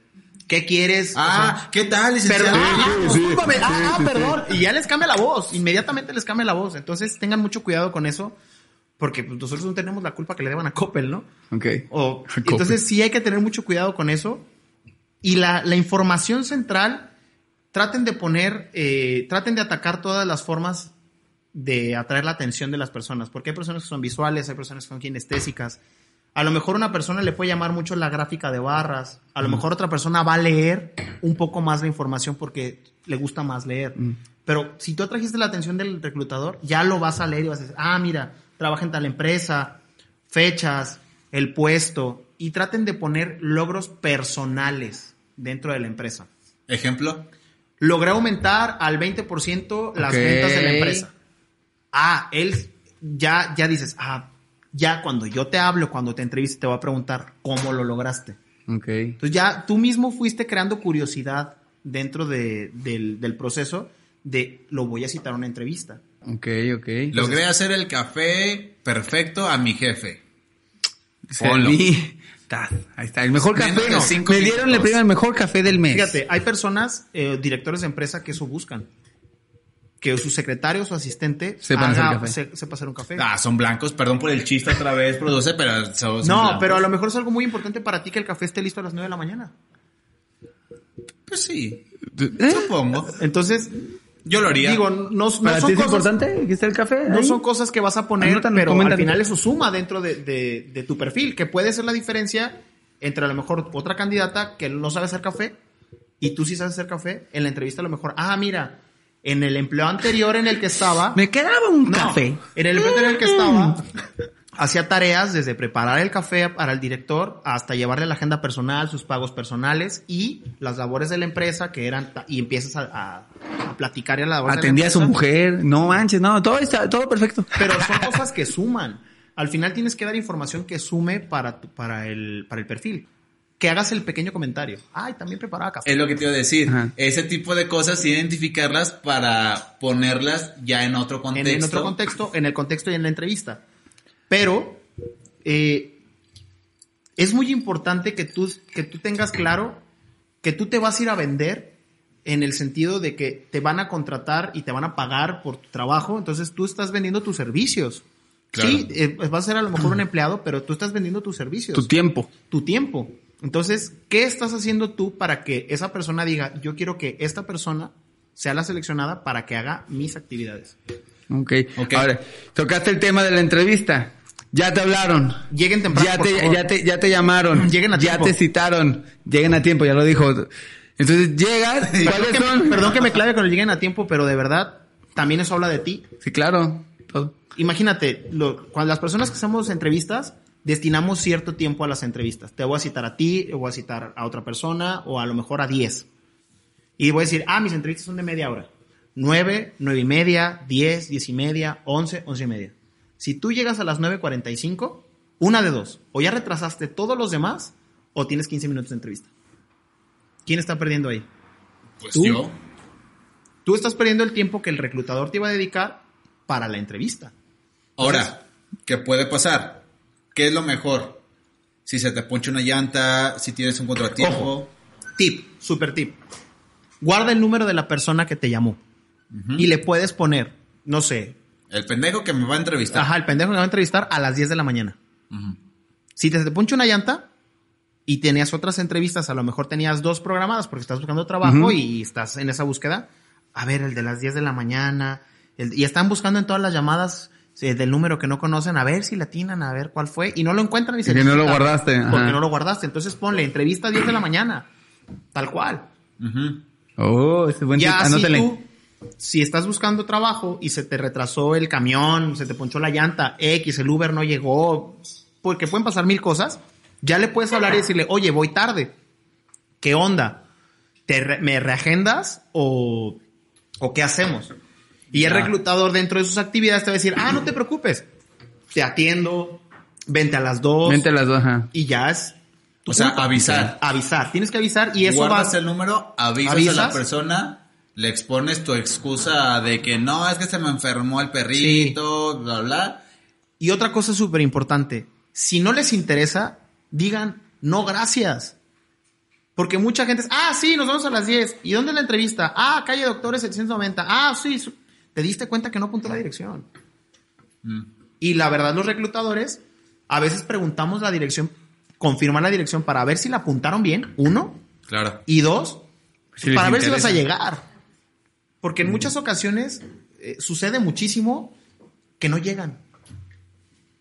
Speaker 2: ¿Qué quieres? O
Speaker 1: Ah,
Speaker 2: sea,
Speaker 1: ¿qué tal, licenciado?
Speaker 2: perdón, ah,
Speaker 3: sí, sí,
Speaker 2: discúlpame,
Speaker 3: sí,
Speaker 2: ah,
Speaker 3: sí, sí.
Speaker 2: perdón. Y ya les cambia la voz, inmediatamente les cambia la voz. Entonces tengan mucho cuidado con eso, porque pues, nosotros no tenemos la culpa que le deban a Coppel, ¿no?
Speaker 3: Ok.
Speaker 2: O,
Speaker 3: Coppel.
Speaker 2: entonces sí hay que tener mucho cuidado con eso. Y la, la información central, traten de poner, eh, traten de atacar todas las formas de atraer la atención de las personas, porque hay personas que son visuales, hay personas que son kinestésicas. A lo mejor una persona le puede llamar mucho la gráfica de barras, a lo mejor otra persona va a leer un poco más la información porque le gusta más leer. Pero si tú atrajiste la atención del reclutador, ya lo vas a leer y vas a decir, ah, mira, trabaja en tal empresa, fechas, el puesto, y traten de poner logros personales dentro de la empresa.
Speaker 1: Ejemplo.
Speaker 2: Logré aumentar al 20% las
Speaker 3: Ok.
Speaker 2: ventas de la empresa. Ah, él ya, ya dices, ah, ya cuando yo te hablo, cuando te entreviste, te va a preguntar cómo lo lograste.
Speaker 3: Ok.
Speaker 2: Entonces ya tú mismo fuiste creando curiosidad dentro de- del, del proceso de lo voy a citar a una entrevista.
Speaker 3: Ok, ok.
Speaker 1: Logré hacer el café perfecto a mi jefe. Polo.
Speaker 3: Salí. Ta, Ahí está, el mejor
Speaker 1: Menos
Speaker 3: café.
Speaker 1: de
Speaker 3: no.
Speaker 1: cinco
Speaker 3: Me dieron el
Speaker 1: minutos.
Speaker 3: premio al mejor café del mes.
Speaker 2: Fíjate, hay personas, eh, directores de empresa, que eso buscan. Que su secretario, su asistente,
Speaker 3: Sepan hacer
Speaker 2: haga-
Speaker 3: café.
Speaker 2: se- sepa hacer un café.
Speaker 1: Ah, son blancos, perdón por el chiste otra vez, produce, pero son- son
Speaker 2: no,
Speaker 1: blancos.
Speaker 2: pero a lo mejor es algo muy importante para ti que el café esté listo a las 9 de la mañana.
Speaker 1: Pues sí,
Speaker 3: ¿Eh?
Speaker 1: supongo.
Speaker 2: Entonces,
Speaker 1: Yo lo haría.
Speaker 2: digo, no, no son
Speaker 3: ¿Para ti es
Speaker 2: cosas-
Speaker 3: importante? ¿Aquí está el café?
Speaker 2: No
Speaker 3: Ahí.
Speaker 2: son cosas que vas a poner,
Speaker 3: Anotan,
Speaker 2: pero
Speaker 3: comentan.
Speaker 2: al final eso suma dentro de, de- de tu perfil, que puede ser la diferencia entre a lo mejor otra candidata que no sabe hacer café y tú sí sabes hacer café. En la entrevista a lo mejor, ah, mira, en el empleo anterior en el que estaba...
Speaker 3: Me quedaba un
Speaker 2: No,
Speaker 3: café. Mm.
Speaker 2: En el empleo anterior en el que estaba, hacía tareas desde preparar el café para el director hasta llevarle la agenda personal, sus pagos personales y las labores de la empresa que eran... ta- Y empiezas a, a- a platicar y a la labor de la
Speaker 3: Atendía a su
Speaker 2: empresa.
Speaker 3: mujer. No manches, no. Todo está, todo perfecto.
Speaker 2: Pero son cosas que suman. Al final tienes que dar información que sume para, tu- para, el, para el perfil. Que hagas el pequeño comentario. Ay, también preparaba café.
Speaker 1: Es lo que te iba a decir.
Speaker 3: Ajá.
Speaker 1: Ese tipo de cosas, identificarlas para ponerlas ya en otro
Speaker 2: En,
Speaker 1: contexto.
Speaker 2: en otro contexto, en el contexto y en la entrevista. Pero eh, es muy importante que tú, que tú tengas claro que tú te vas a ir a vender en el sentido de que te van a contratar y te van a pagar por tu trabajo. Entonces tú estás vendiendo tus servicios.
Speaker 1: Claro.
Speaker 2: Sí, eh, vas a ser a lo mejor un empleado, pero tú estás vendiendo tus servicios.
Speaker 3: Tu tiempo.
Speaker 2: tu tiempo. Entonces, ¿qué estás haciendo tú para que esa persona diga, yo quiero que esta persona sea la seleccionada para que haga mis actividades?
Speaker 3: ok.
Speaker 1: Ok.
Speaker 3: Ahora, tocaste el tema de la entrevista. Ya te hablaron.
Speaker 2: Lleguen temprano.
Speaker 3: ya,
Speaker 2: por
Speaker 3: te,
Speaker 2: favor.
Speaker 3: ya, te, ya te llamaron.
Speaker 2: Lleguen a
Speaker 3: ya
Speaker 2: tiempo.
Speaker 3: te citaron. Lleguen a tiempo, ya lo dijo. Entonces llegas.
Speaker 2: Perdón
Speaker 3: ¿Cuáles
Speaker 2: que me-
Speaker 3: son?
Speaker 2: Perdón que me clave cuando lleguen a tiempo, pero de verdad, también eso habla de ti.
Speaker 3: Sí, claro. Todo.
Speaker 2: Imagínate, lo- cuando las personas que hacemos entrevistas, destinamos cierto tiempo a las entrevistas. Te voy a citar a ti, o voy a citar a otra persona, o a lo mejor a 10. Y voy a decir, ah, mis entrevistas son de media hora. 9, 9 y media, 10, 10 y media, 11, 11 y media. Si tú llegas a las 9.45, una de dos. O ya retrasaste todos los demás, o tienes 15 minutos de entrevista. ¿Quién está perdiendo ahí?
Speaker 1: Pues
Speaker 2: ¿Tú?
Speaker 1: yo.
Speaker 2: Tú estás perdiendo el tiempo que el reclutador te iba a dedicar para la entrevista.
Speaker 1: Ahora, ¿qué puede pasar? ¿Qué es lo mejor? Si se te poncha una llanta, si tienes un contratiempo.
Speaker 2: Tip, super tip. Guarda el número de la persona que te llamó. Y le puedes poner, no sé,
Speaker 1: El pendejo que me va a entrevistar.
Speaker 2: ajá, el pendejo que me va a entrevistar a las 10 de la mañana.
Speaker 1: Ujú.
Speaker 2: Si te, se te puncha una llanta y tenías otras entrevistas, a lo mejor tenías dos programadas porque estás buscando trabajo
Speaker 3: Ujú.
Speaker 2: y estás en esa búsqueda. A ver, el de las 10 de la mañana. el- y están buscando en todas las llamadas eh, del número que no conocen, a ver si latinan, a ver cuál fue. Y no lo encuentran y se
Speaker 3: Y que no lo
Speaker 2: necesitan,
Speaker 3: guardaste, ajá.
Speaker 2: Porque no lo guardaste. Entonces ponle entrevista 10 de la mañana. Tal cual.
Speaker 1: Ujú.
Speaker 3: Oh, ese es buen
Speaker 2: Ya
Speaker 3: tip.
Speaker 2: si
Speaker 3: Anótale.
Speaker 2: tú, si estás buscando trabajo y se te retrasó el camión, se te ponchó la llanta, X, el Uber no llegó, porque pueden pasar mil cosas, ya le puedes hablar y decirle, oye, voy tarde. ¿Qué onda? ¿Te re- ¿Me reagendas o, o qué hacemos? Y el
Speaker 3: Ya.
Speaker 2: reclutador dentro de sus actividades te va a decir, ah, no te preocupes, te atiendo, vente a las dos
Speaker 3: Vente a las dos, ajá.
Speaker 2: y ya es tu
Speaker 1: O sea,
Speaker 2: culpa.
Speaker 1: avisar.
Speaker 2: Avisar, tienes que avisar y eso va...
Speaker 1: Guardas el número, avisas, a
Speaker 2: ¿Avisas?
Speaker 1: la persona, le expones tu excusa de que no, es que se me enfermó el perrito, bla, bla.
Speaker 2: Y otra cosa súper importante, si no les interesa, digan no gracias. Porque mucha gente es, ah, sí, nos vamos a las 10. ¿Y dónde es la entrevista? Ah, calle Doctores 790. Ah, sí. su- Te diste cuenta que no apuntó la dirección. Y la verdad, los reclutadores a veces preguntamos la dirección, confirmar la dirección para ver si la apuntaron bien, uno.
Speaker 1: Claro.
Speaker 2: Y dos,
Speaker 3: Si les
Speaker 2: para ver si vas
Speaker 3: interesa. Mm.
Speaker 2: a llegar. Porque en muchas ocasiones eh, sucede muchísimo que no llegan.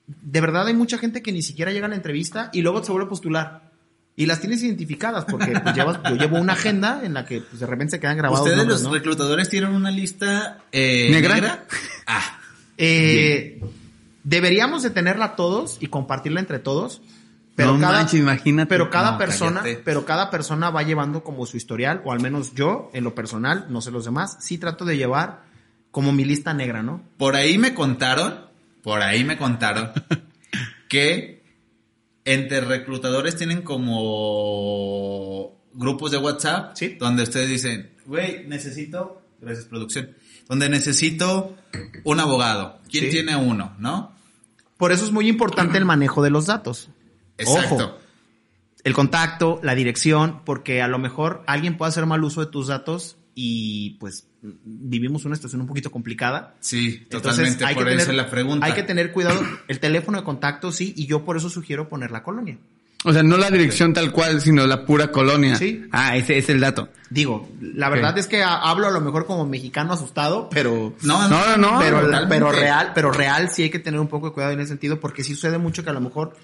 Speaker 2: De verdad hay mucha gente que ni siquiera llega a la entrevista y luego se vuelve a postular. Y las tienes identificadas porque pues, llevas, yo llevo una agenda en la que pues, de repente se quedan grabados.
Speaker 1: ¿Ustedes
Speaker 2: nombres,
Speaker 1: los
Speaker 2: ¿no?
Speaker 1: reclutadores tienen una lista eh,
Speaker 3: ¿Negra?
Speaker 1: negra? Ah,
Speaker 2: Eh, deberíamos de tenerla todos y compartirla entre todos. Pero
Speaker 3: No
Speaker 2: cada,
Speaker 3: manches, imagínate.
Speaker 2: Pero cada
Speaker 1: No,
Speaker 2: persona,
Speaker 1: cállate.
Speaker 2: pero cada persona va llevando como su historial, o al menos yo, en lo personal, no sé los demás, sí trato de llevar como mi lista negra, ¿no?
Speaker 1: por ahí me contaron, por ahí me contaron que entre reclutadores tienen como grupos de WhatsApp
Speaker 2: Sí.
Speaker 1: donde ustedes dicen, güey, necesito, gracias producción, donde necesito un abogado. ¿Quién
Speaker 2: Sí.
Speaker 1: tiene uno, no?
Speaker 2: Por eso es muy importante el manejo de los datos.
Speaker 1: Exacto.
Speaker 2: Ojo, el contacto, la dirección, porque a lo mejor alguien puede hacer mal uso de tus datos y pues vivimos una situación un poquito complicada.
Speaker 1: Sí,
Speaker 2: Entonces,
Speaker 1: totalmente.
Speaker 2: hay
Speaker 1: por
Speaker 2: que
Speaker 1: eso
Speaker 2: tener-
Speaker 1: es la pregunta.
Speaker 2: Hay que tener cuidado. El teléfono de contacto, sí, y yo por eso sugiero poner la colonia.
Speaker 3: O sea, no la dirección tal cual, sino la pura colonia.
Speaker 2: Sí.
Speaker 3: Ah, ese es el dato.
Speaker 2: Digo, la
Speaker 3: Ok.
Speaker 2: verdad es que ha- hablo a lo mejor como mexicano asustado, pero...
Speaker 1: No,
Speaker 3: No, no, no.
Speaker 2: pero,
Speaker 1: totalmente.
Speaker 2: pero real, pero real sí hay que tener un poco de cuidado en ese sentido, porque sí sucede mucho que a lo mejor,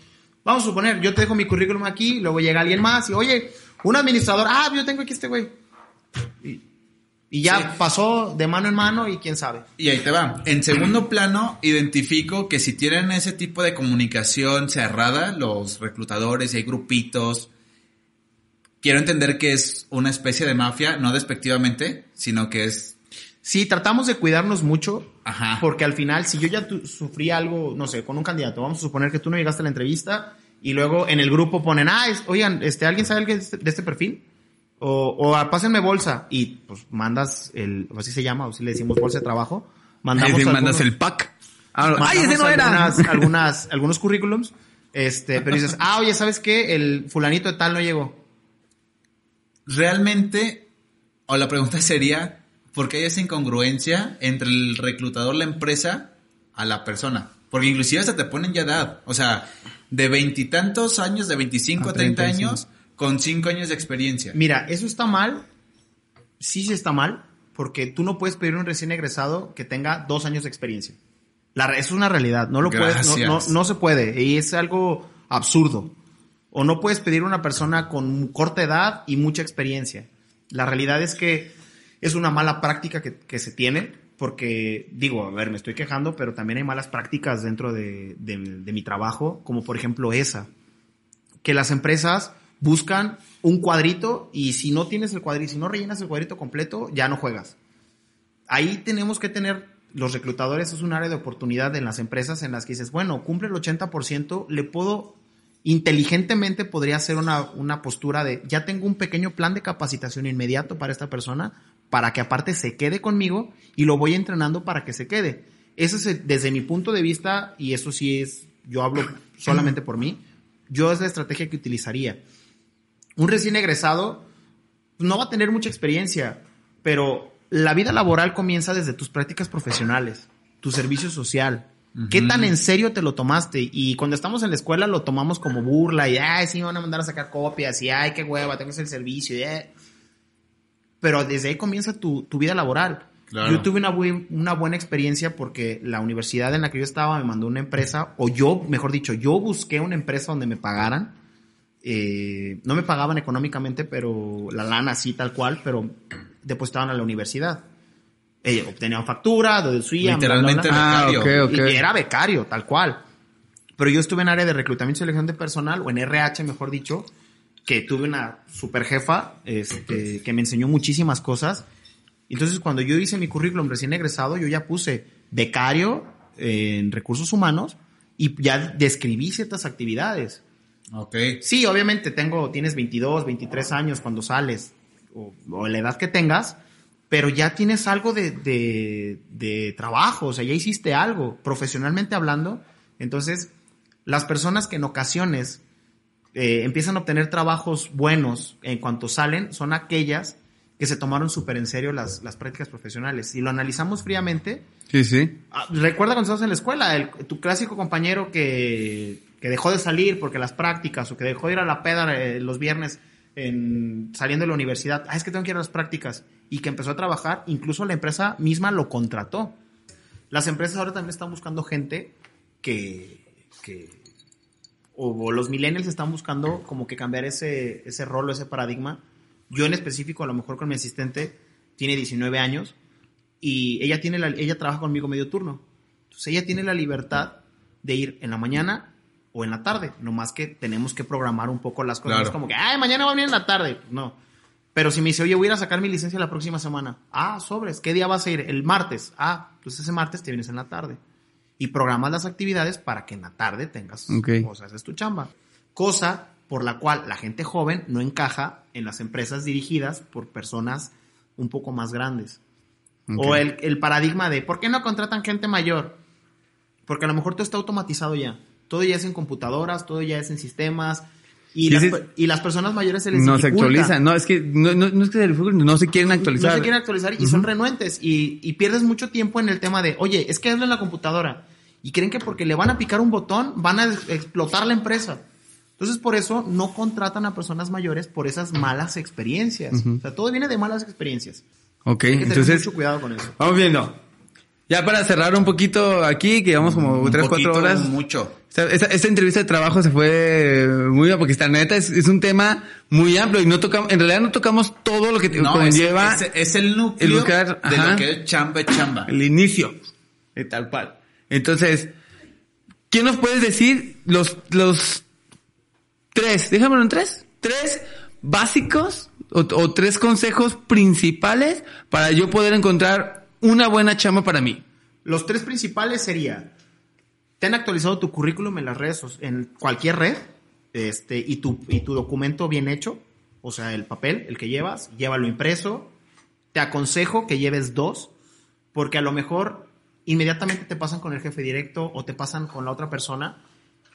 Speaker 2: vamos a suponer, yo te dejo mi currículum aquí, luego llega alguien más y, oye, un administrador, ah, yo tengo aquí este güey. Y, y ya
Speaker 1: Sí.
Speaker 2: pasó de mano en mano y quién sabe.
Speaker 1: Y ahí te va. En segundo plano, identifico que si tienen ese tipo de comunicación cerrada, los reclutadores, hay grupitos. Quiero entender que es una especie de mafia, no despectivamente, sino que es.
Speaker 2: Sí, tratamos de cuidarnos mucho,
Speaker 1: Ajá.
Speaker 2: porque al final, si yo ya tu- sufrí algo, no sé, con un candidato, vamos a suponer que tú no llegaste a la entrevista y luego en el grupo ponen, ah, es- oigan, este, ¿alguien sabe alguien de este- de este perfil? O, o "Ah, pásenme bolsa y pues mandas el, o así se llama, o si le decimos bolsa de trabajo, mandamos,
Speaker 3: Ahí sí
Speaker 2: algunos-
Speaker 3: mandas el pack. Ah,
Speaker 2: mandamos
Speaker 3: ¡Ay, ese no era!
Speaker 2: algunas, algunas- algunos currículums, este, pero dices, ah, oye, ¿sabes qué? El fulanito de tal no llegó.
Speaker 1: Realmente, o la pregunta sería: ¿por qué hay esa incongruencia entre el reclutador, la empresa, a la persona? Porque inclusive hasta te ponen ya edad. O sea, de veintitantos años, de 25
Speaker 3: A
Speaker 2: Ah,
Speaker 1: a 30
Speaker 3: 35.
Speaker 1: años, con cinco años de experiencia.
Speaker 2: Mira, eso está mal. Sí, sí está mal. Porque tú no puedes pedir a un recién egresado que tenga dos años de experiencia. La, re- eso es una realidad. No lo puedes. No, no-
Speaker 1: Gracias.
Speaker 2: no se puede. Y es algo absurdo. O no puedes pedir a una persona con corta edad y mucha experiencia. La realidad es que es una mala práctica que, que se tiene. Porque, digo, a ver, me estoy quejando, pero también hay malas prácticas dentro de- de- de mi trabajo, como por ejemplo esa que las empresas buscan un cuadrito y si no tienes el cuadrito, si no rellenas el cuadrito completo, ya no juegas. Ahí tenemos que tener los reclutadores, es un área de oportunidad en las empresas en las que dices, bueno, cumple el 80%, le puedo, inteligentemente podría hacer una, una postura de, ya tengo un pequeño plan de capacitación inmediato para esta persona, para que aparte se quede conmigo y lo voy entrenando para que se quede. Eso es el- desde mi punto de vista, y eso sí es, yo hablo solamente por mí, yo es la estrategia que utilizaría. Un recién egresado no va a tener mucha experiencia, pero la vida laboral comienza desde tus prácticas profesionales, tu servicio social. ¿Qué tan en serio te lo tomaste? Y cuando estamos en la escuela lo tomamos como burla y, ay, sí, me van a mandar a sacar copias y, ay, qué hueva, tengo que hacer el servicio. y, eh". Pero desde ahí comienza tu, tu vida laboral.
Speaker 1: Claro.
Speaker 2: Yo tuve una, bui- una buena experiencia porque la universidad en la que yo estaba me mandó una empresa, o yo, mejor dicho, yo busqué una empresa donde me pagaran eh, no me pagaban económicamente, pero la lana sí, tal cual, pero depositaban a la universidad. Eh, obtenían factura, deducían, bla, bla, bla.
Speaker 1: Literalmente
Speaker 3: Ah,
Speaker 1: becario.
Speaker 3: ok, ok.
Speaker 2: Y era becario, tal cual. Pero yo estuve en área de reclutamiento y selección de personal, o en RH, mejor dicho, que tuve una super jefa este, que me enseñó muchísimas cosas. Entonces, cuando yo hice mi currículum recién egresado, yo ya puse becario en recursos humanos y ya describí ciertas actividades.
Speaker 1: Ok.
Speaker 2: Sí, obviamente tengo, tienes 22, 23 años cuando sales, o, o la edad que tengas, pero ya tienes algo de, de, de trabajo, o sea, ya hiciste algo, profesionalmente hablando. Entonces, las personas que en ocasiones eh, empiezan a obtener trabajos buenos en cuanto salen son aquellas que se tomaron súper en serio las, las prácticas profesionales. Si lo analizamos fríamente,
Speaker 3: Sí, sí.
Speaker 2: Ah, Recuerda cuando estabas en la escuela, el- tu clásico compañero que, que dejó de salir porque las prácticas o que dejó de ir a la peda eh, los viernes en- saliendo de la universidad. Ah, es que tengo que ir a las prácticas. Y que empezó a trabajar, incluso la empresa misma lo contrató. Las empresas ahora también están buscando gente que, que o los millennials están buscando como que cambiar ese, ese rol o ese paradigma. Yo en específico, a lo mejor con mi asistente, tiene 19 años y ella, tiene la, ella trabaja conmigo medio turno. Entonces ella tiene la libertad de ir en la mañana o en la tarde, nomás que tenemos que programar un poco las cosas.
Speaker 1: Claro.
Speaker 2: Es como que, ay, mañana va a venir en la tarde. No. Pero si me dice, oye, voy a ir a sacar mi licencia la próxima semana. Ah, sobres, ¿qué día vas a ir? El martes. Ah, pues ese martes te vienes en la tarde. Y programas las actividades para que en la tarde tengas
Speaker 3: Ok.
Speaker 2: cosas. Es tu chamba. Cosa por la cual la gente joven no encaja en las empresas dirigidas por personas un poco más grandes. O el, el paradigma de, ¿por qué no contratan gente mayor? Porque a lo mejor todo está automatizado ya. Todo ya es en computadoras, todo ya es en sistemas. Y,
Speaker 3: Y
Speaker 2: las,
Speaker 3: si-
Speaker 2: per- y las personas mayores se les
Speaker 3: No se
Speaker 2: dificulta.
Speaker 3: actualizan. No, es que no, no- no es que se les ocurra, no se quieren actualizar.
Speaker 2: No se quieren actualizar y son renuentes. Y, y pierdes mucho tiempo en el tema de, oye, es que hazlo en la computadora. Y creen que porque le van a picar un botón van a ex- explotar la empresa. Entonces, por eso no contratan a personas mayores por esas malas experiencias. O sea, todo viene de malas experiencias.
Speaker 3: Ok,
Speaker 2: Hay que tener
Speaker 3: entonces
Speaker 2: mucho cuidado con eso.
Speaker 3: vamos viendo. Ya para cerrar un poquito aquí, que llevamos como
Speaker 1: Un
Speaker 3: tres, cuatro
Speaker 1: poquito,
Speaker 3: horas.
Speaker 1: Mucho.
Speaker 3: O sea, esta, esta entrevista de trabajo se fue muy bien, porque está neta, es, es un tema muy amplio y no tocamos, en realidad no tocamos todo lo que te-
Speaker 1: No, es,
Speaker 3: conlleva
Speaker 1: es- es el núcleo
Speaker 3: el buscar,
Speaker 1: de lo
Speaker 3: ajá.
Speaker 1: que es chamba, chamba.
Speaker 3: el inicio.
Speaker 1: eh,
Speaker 3: de tal cual. Entonces, ¿qué nos puedes decir los, los tres, déjamelo en tres, tres básicos o, o tres consejos principales para yo poder encontrar una buena chamba para mí?
Speaker 2: Los tres principales sería, te han actualizado tu currículum en las redes, soc- en cualquier red, este, y tu, y tu documento bien hecho, o sea, el papel, el que llevas, llévalo impreso. Te aconsejo que lleves dos, porque a lo mejor inmediatamente te pasan con el jefe directo o te pasan con la otra persona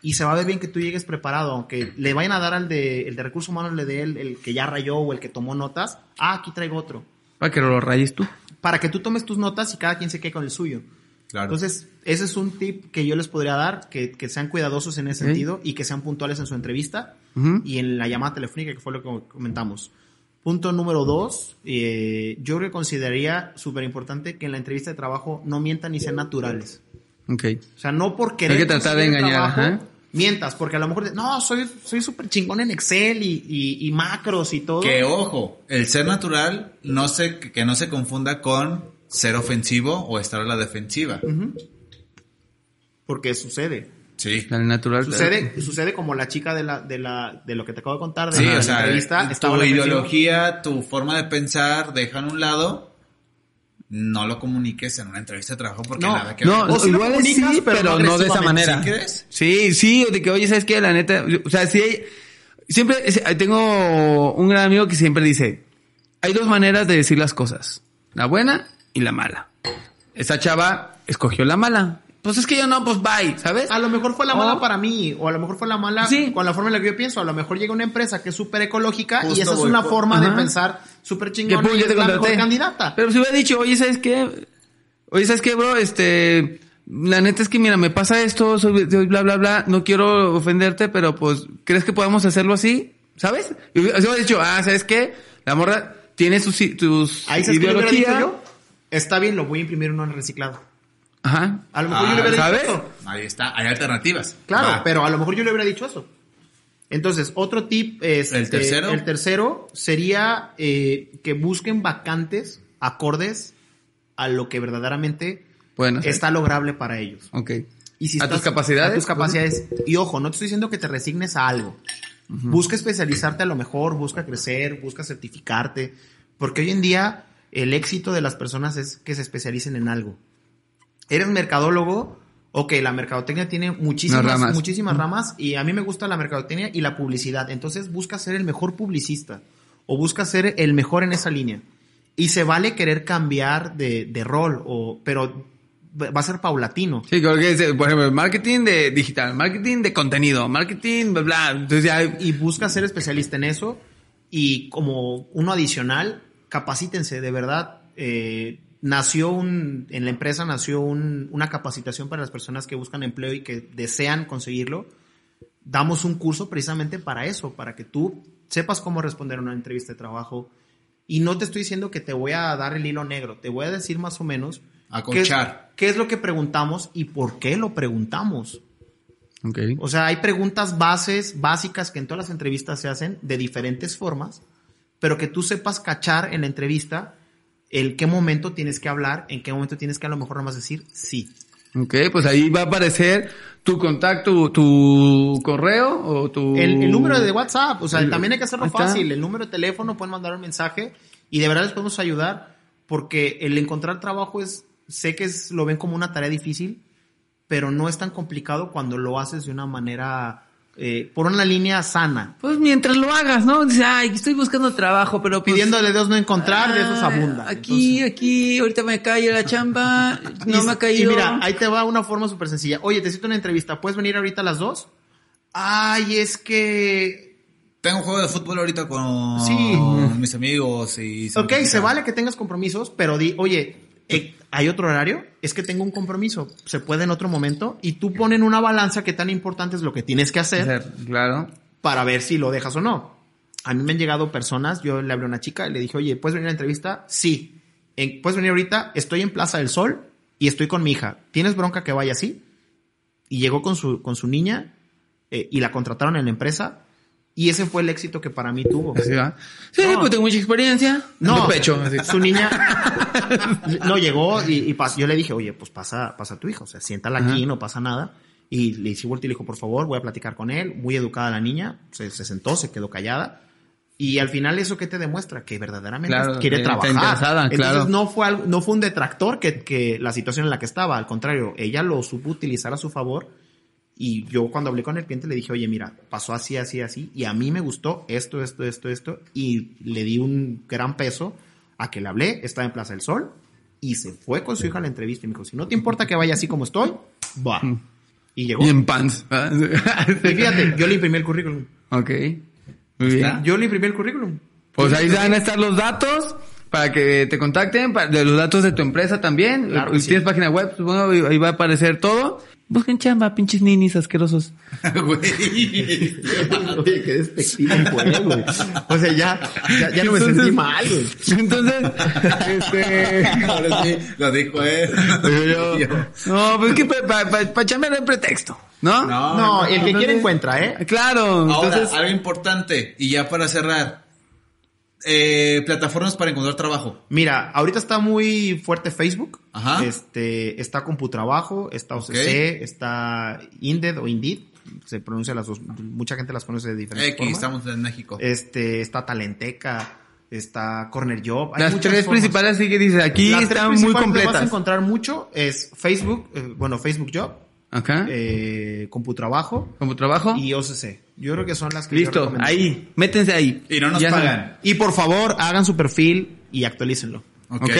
Speaker 2: y se va a ver bien que tú llegues preparado, aunque le vayan a dar al de, el de recursos humanos, le dé el, el que ya rayó o el que tomó notas, ah, aquí traigo otro,
Speaker 3: Para que lo rayes tú.
Speaker 2: para que tú tomes tus notas y cada quien se quede con el suyo.
Speaker 1: Claro.
Speaker 2: Entonces, ese es un tip que yo les podría dar, que, que sean cuidadosos en ese
Speaker 3: Ok.
Speaker 2: sentido y que sean puntuales en su entrevista
Speaker 3: Ujú.
Speaker 2: y en la llamada telefónica, que fue lo que comentamos. Punto número dos, eh, yo creo que consideraría súper importante que en la entrevista de trabajo no mientan y sean naturales.
Speaker 3: Ok.
Speaker 2: O sea, no por querer
Speaker 3: Hay que tratar de
Speaker 2: conseguir el
Speaker 3: engañar,
Speaker 2: trabajo,
Speaker 3: ajá.
Speaker 2: Mientas, porque a lo mejor, de- no, soy soy súper chingón en Excel y, y- y macros y todo.
Speaker 1: Que ojo, el ser natural no se, que no se confunda con ser ofensivo o estar a la defensiva.
Speaker 2: Porque sucede.
Speaker 1: Sí.
Speaker 3: Al natural.
Speaker 2: Sucede, sucede como la chica de, la, de, la, de lo que te acabo de contar, de
Speaker 1: Sí,
Speaker 2: la,
Speaker 1: o
Speaker 2: la
Speaker 1: sea,
Speaker 2: entrevista. estaba a
Speaker 1: tu
Speaker 2: la ofensiva.
Speaker 1: ideología, tu forma de pensar, dejan a un lado, no lo comuniques en una entrevista de trabajo porque
Speaker 2: No,
Speaker 1: nada que
Speaker 3: No,
Speaker 1: ver.
Speaker 2: O sí lo
Speaker 3: igual sí,
Speaker 2: comunicas, pero
Speaker 3: pero
Speaker 2: no
Speaker 3: no de esa
Speaker 2: agresivamente,
Speaker 3: manera.
Speaker 1: ¿sí crees?
Speaker 3: Sí, sí, de que, oye, ¿sabes qué? La neta, o sea, sí hay, siempre, es- eh, tengo un gran amigo que siempre dice, hay dos maneras de decir las cosas, la buena y la mala. Esa chava escogió la mala. Pues es que yo no, pues bye, ¿sabes?
Speaker 2: A lo mejor fue la mala
Speaker 3: O-
Speaker 2: para mí, o a lo mejor fue la mala
Speaker 3: Oh. Sí.
Speaker 2: con la forma en la que yo pienso. A lo mejor llega una empresa que es súper ecológica y
Speaker 1: Justo
Speaker 2: esa es
Speaker 1: voy
Speaker 2: una
Speaker 1: por-
Speaker 2: forma de
Speaker 3: Ajá.
Speaker 2: pensar súper
Speaker 3: Que
Speaker 2: chingona
Speaker 3: pum,
Speaker 2: y
Speaker 3: ya
Speaker 2: es
Speaker 3: te
Speaker 2: la mejor
Speaker 3: contraté.
Speaker 2: candidata.
Speaker 3: Pero si hubiera dicho, oye, ¿sabes qué? Oye, ¿sabes qué, bro? Este, la neta es que mira, me pasa esto, soy- soy bla, bla, bla, no quiero ofenderte, pero pues, ¿crees que podamos hacerlo así? ¿Sabes? Y hubiera si hubiera dicho, ah, ¿sabes qué? La morra tiene sus, i- tus
Speaker 2: Ahí se hubiera dicho yo. Está bien, lo voy a imprimir uno en el reciclado.
Speaker 3: Ajá.
Speaker 2: A lo mejor
Speaker 1: Ah,
Speaker 2: yo le hubiera
Speaker 3: ¿sabes?
Speaker 2: dicho eso.
Speaker 1: Ahí está, hay alternativas.
Speaker 2: Claro,
Speaker 1: Va.
Speaker 2: pero a lo mejor yo le hubiera dicho eso. Entonces, otro tip es... eh,
Speaker 1: ¿El tercero?
Speaker 2: El tercero sería eh, que busquen vacantes acordes a lo que verdaderamente
Speaker 3: Bueno.
Speaker 2: está lograble para ellos.
Speaker 3: Ok.
Speaker 2: Y si
Speaker 3: ¿A
Speaker 2: estás-
Speaker 3: tus capacidades? pues,
Speaker 2: A tus capacidades. Y ojo, no te estoy diciendo que te resignes a algo. Busca especializarte a lo mejor, busca crecer, busca certificarte. Porque hoy en día el éxito de las personas es que se especialicen en algo. Eres mercadólogo, ok, la mercadotecnia tiene muchísimas
Speaker 3: Las
Speaker 2: ramas.
Speaker 3: ramas.
Speaker 2: muchísimas ramas y a mí me gusta la mercadotecnia y la publicidad. Entonces busca ser el mejor publicista o busca ser el mejor en esa línea. Y se vale querer cambiar de, de rol, o, pero va a ser paulatino.
Speaker 3: Sí, creo que es, eh, por ejemplo, marketing de digital, marketing de contenido, marketing, bla, bla. Entonces ya,
Speaker 2: y busca ser especialista en eso y como uno adicional, capacítense, de verdad. eh, nació un, en la empresa nació un- una capacitación para las personas que buscan empleo y que desean conseguirlo. Damos un curso precisamente para eso, para que tú sepas cómo responder a una entrevista de trabajo. Y no te estoy diciendo que te voy a dar el hilo negro, te voy a decir más o menos
Speaker 1: A
Speaker 2: qué es,
Speaker 1: coachar.
Speaker 2: qué es lo que preguntamos y por qué lo preguntamos.
Speaker 3: Ok.
Speaker 2: O sea, hay preguntas bases, básicas que en todas las entrevistas se hacen de diferentes formas, pero que tú sepas cachar en la entrevista el qué momento tienes que hablar, en qué momento tienes que a lo mejor nomás decir sí.
Speaker 3: Ok, pues ahí va a aparecer tu contacto, tu correo o tu...
Speaker 2: El, el número de WhatsApp, o sea,
Speaker 3: El-
Speaker 2: también hay que hacerlo
Speaker 3: ahí está.
Speaker 2: fácil. El número de teléfono, pueden mandar un mensaje y de verdad les podemos ayudar porque el encontrar trabajo es, sé que es, lo ven como una tarea difícil, pero no es tan complicado cuando lo haces de una manera, eh, por una línea sana.
Speaker 3: Pues mientras lo hagas, ¿no? Dices, ay, estoy buscando trabajo, pero pues...
Speaker 2: Pidiéndole a Dios no encontrar, de esos
Speaker 3: Ah,
Speaker 2: abunda.
Speaker 3: Aquí, aquí, ahorita me cae la chamba, no
Speaker 2: Y-
Speaker 3: me ha caído.
Speaker 2: Y mira, ahí te va una forma súper sencilla. Oye, te cito una entrevista. ¿Puedes venir ahorita a las dos? Ay, es que.
Speaker 1: Tengo un juego de fútbol ahorita con
Speaker 2: Sí.
Speaker 1: mis amigos y...
Speaker 2: ok,
Speaker 1: me
Speaker 2: se
Speaker 1: quita.
Speaker 2: vale que tengas compromisos, pero di, oye, eh, ¿hay otro horario? Es que tengo un compromiso. ¿Se puede en otro momento? Y tú ponen una balanza que tan importante es lo que tienes que hacer
Speaker 3: Claro.
Speaker 2: para ver si lo dejas o no. A mí me han llegado personas, yo le hablé a una chica y le dije, oye, ¿puedes venir a la entrevista? Sí. En- ¿Puedes venir ahorita? Estoy en Plaza del Sol y estoy con mi hija. ¿Tienes bronca que vaya así? Y llegó con su, con su niña eh, y la contrataron en la empresa y ese fue el éxito que para mí tuvo.
Speaker 3: Así va. Sí,
Speaker 2: No.
Speaker 3: pues tengo mucha experiencia.
Speaker 2: No,
Speaker 3: Tu pecho. así.
Speaker 2: su niña no llegó y, y pas- yo le dije, oye, pues pasa, pasa a tu hijo, o sea, siéntala
Speaker 3: Ajá.
Speaker 2: aquí, no pasa nada. Y le hice vuelta y le dijo, por favor, voy a platicar con él. Muy educada la niña, se, se sentó, se quedó callada. Y al final, ¿eso que te demuestra? Que verdaderamente
Speaker 3: Claro,
Speaker 2: quiere
Speaker 3: que está
Speaker 2: trabajar.
Speaker 3: interesada,
Speaker 2: Entonces,
Speaker 3: claro.
Speaker 2: no, fue algo- no fue un detractor que, que la situación en la que estaba. Al contrario, ella lo supo utilizar a su favor. Y yo cuando hablé con el cliente le dije, oye, mira, pasó así, así, así, y a mí me gustó esto, esto, esto, esto, y le di un gran peso a que le hablé, estaba en Plaza del Sol, y se fue con su hija a la entrevista y me dijo, si no te importa que vaya así como estoy, va. Y llegó.
Speaker 3: Mm. Y en pants. ¿verdad?
Speaker 2: Y fíjate, yo le imprimí el currículum.
Speaker 3: ok. Muy bien.
Speaker 2: Yo le imprimí el currículum.
Speaker 3: Pues ahí van a estar los datos para que te contacten, pa- de los datos de tu empresa también.
Speaker 2: Claro que
Speaker 3: si tienes
Speaker 2: sí.
Speaker 3: página web, supongo, y- ahí va a aparecer todo. Busquen chamba, pinches ninis asquerosos.
Speaker 1: Güey.
Speaker 2: Oye, qué despectivo fue, güey. O sea, ya, ya, ya no me sentí
Speaker 3: Entonces-
Speaker 2: mal, güey.
Speaker 3: Entonces, este...
Speaker 1: Ahora sí, lo dijo él.
Speaker 3: digo yo, no, pues es que para pa, pa- pa chambear no hay pretexto, ¿no?
Speaker 1: No.
Speaker 2: Ah, No, el que
Speaker 3: entonces-
Speaker 2: quiere encuentra, ¿eh?
Speaker 3: Claro,
Speaker 1: Ahora,
Speaker 3: entonces...
Speaker 1: algo importante, y ya para cerrar. Eh, plataformas para encontrar trabajo.
Speaker 2: Mira, ahorita está muy fuerte Facebook.
Speaker 1: Ajá.
Speaker 2: Este, está Computrabajo, está OCC,
Speaker 1: Ok.
Speaker 2: está Inded o Indeed. Se pronuncia las dos. Mucha gente las conoce de diferentes
Speaker 1: X,
Speaker 2: formas.
Speaker 1: estamos en México.
Speaker 3: Eh,
Speaker 2: Este, está Talenteca, está Corner Job. Hay
Speaker 3: Las
Speaker 2: muchas
Speaker 3: tres
Speaker 2: formas.
Speaker 3: principales sí que dice aquí
Speaker 2: Las tres
Speaker 3: están muy
Speaker 2: principales que vas a
Speaker 3: completas.
Speaker 2: encontrar mucho es Facebook, eh, bueno, Facebook Job,
Speaker 3: Acá,
Speaker 2: eh, Computrabajo
Speaker 3: como trabajo.
Speaker 2: y OCC. Yo creo que son las que yo
Speaker 3: Listo,
Speaker 2: recomendaría.
Speaker 3: ahí, métense ahí.
Speaker 1: Y no nos
Speaker 3: saben.
Speaker 1: pagan.
Speaker 2: Y por favor, hagan su perfil y actualícenlo.
Speaker 1: Ok.
Speaker 3: Ok.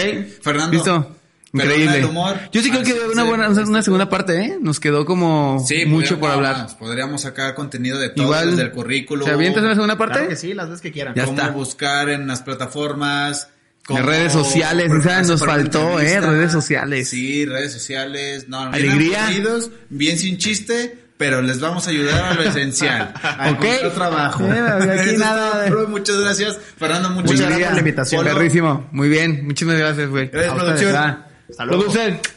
Speaker 1: Fernando.
Speaker 3: Listo.
Speaker 1: Perdona
Speaker 3: Increíble.
Speaker 1: el humor.
Speaker 3: Yo sí creo
Speaker 1: Ah,
Speaker 3: que
Speaker 1: sí,
Speaker 3: una
Speaker 1: sí.
Speaker 3: buena, una segunda parte, ¿eh? Nos quedó como
Speaker 1: Sí, pues,
Speaker 3: mucho
Speaker 1: podríamos-
Speaker 3: por hablar.
Speaker 1: vamos, Podríamos sacar contenido de todo,
Speaker 3: Igual,
Speaker 1: desde el currículum.
Speaker 3: ¿Se avientas una segunda parte?
Speaker 2: Claro que sí, las veces que quieran.
Speaker 3: Ya
Speaker 1: cómo
Speaker 3: está.
Speaker 1: buscar en las plataformas.
Speaker 3: En
Speaker 1: cómo
Speaker 3: redes sociales,
Speaker 1: prepararse
Speaker 3: esa nos
Speaker 1: para una
Speaker 3: faltó,
Speaker 1: entrevista.
Speaker 3: eh, redes sociales.
Speaker 1: Sí, redes sociales. No, bien
Speaker 3: Alegría.
Speaker 1: aburridos, bien sin chiste, pero les vamos a ayudar a lo esencial. a
Speaker 3: Ok.
Speaker 1: encontrar trabajo.
Speaker 3: Sí, Eh, aquí
Speaker 1: Eso es
Speaker 3: nada de-
Speaker 1: todo, muchas gracias, Fernando. Muchas
Speaker 3: Muy
Speaker 1: gracias
Speaker 3: bien.
Speaker 2: por la invitación.
Speaker 1: Polo.
Speaker 3: Perrísimo. Muy bien. Muchísimas gracias, güey.
Speaker 1: Gracias,
Speaker 3: A ustedes,
Speaker 1: producción.
Speaker 3: va.
Speaker 2: Hasta luego.
Speaker 3: Producción.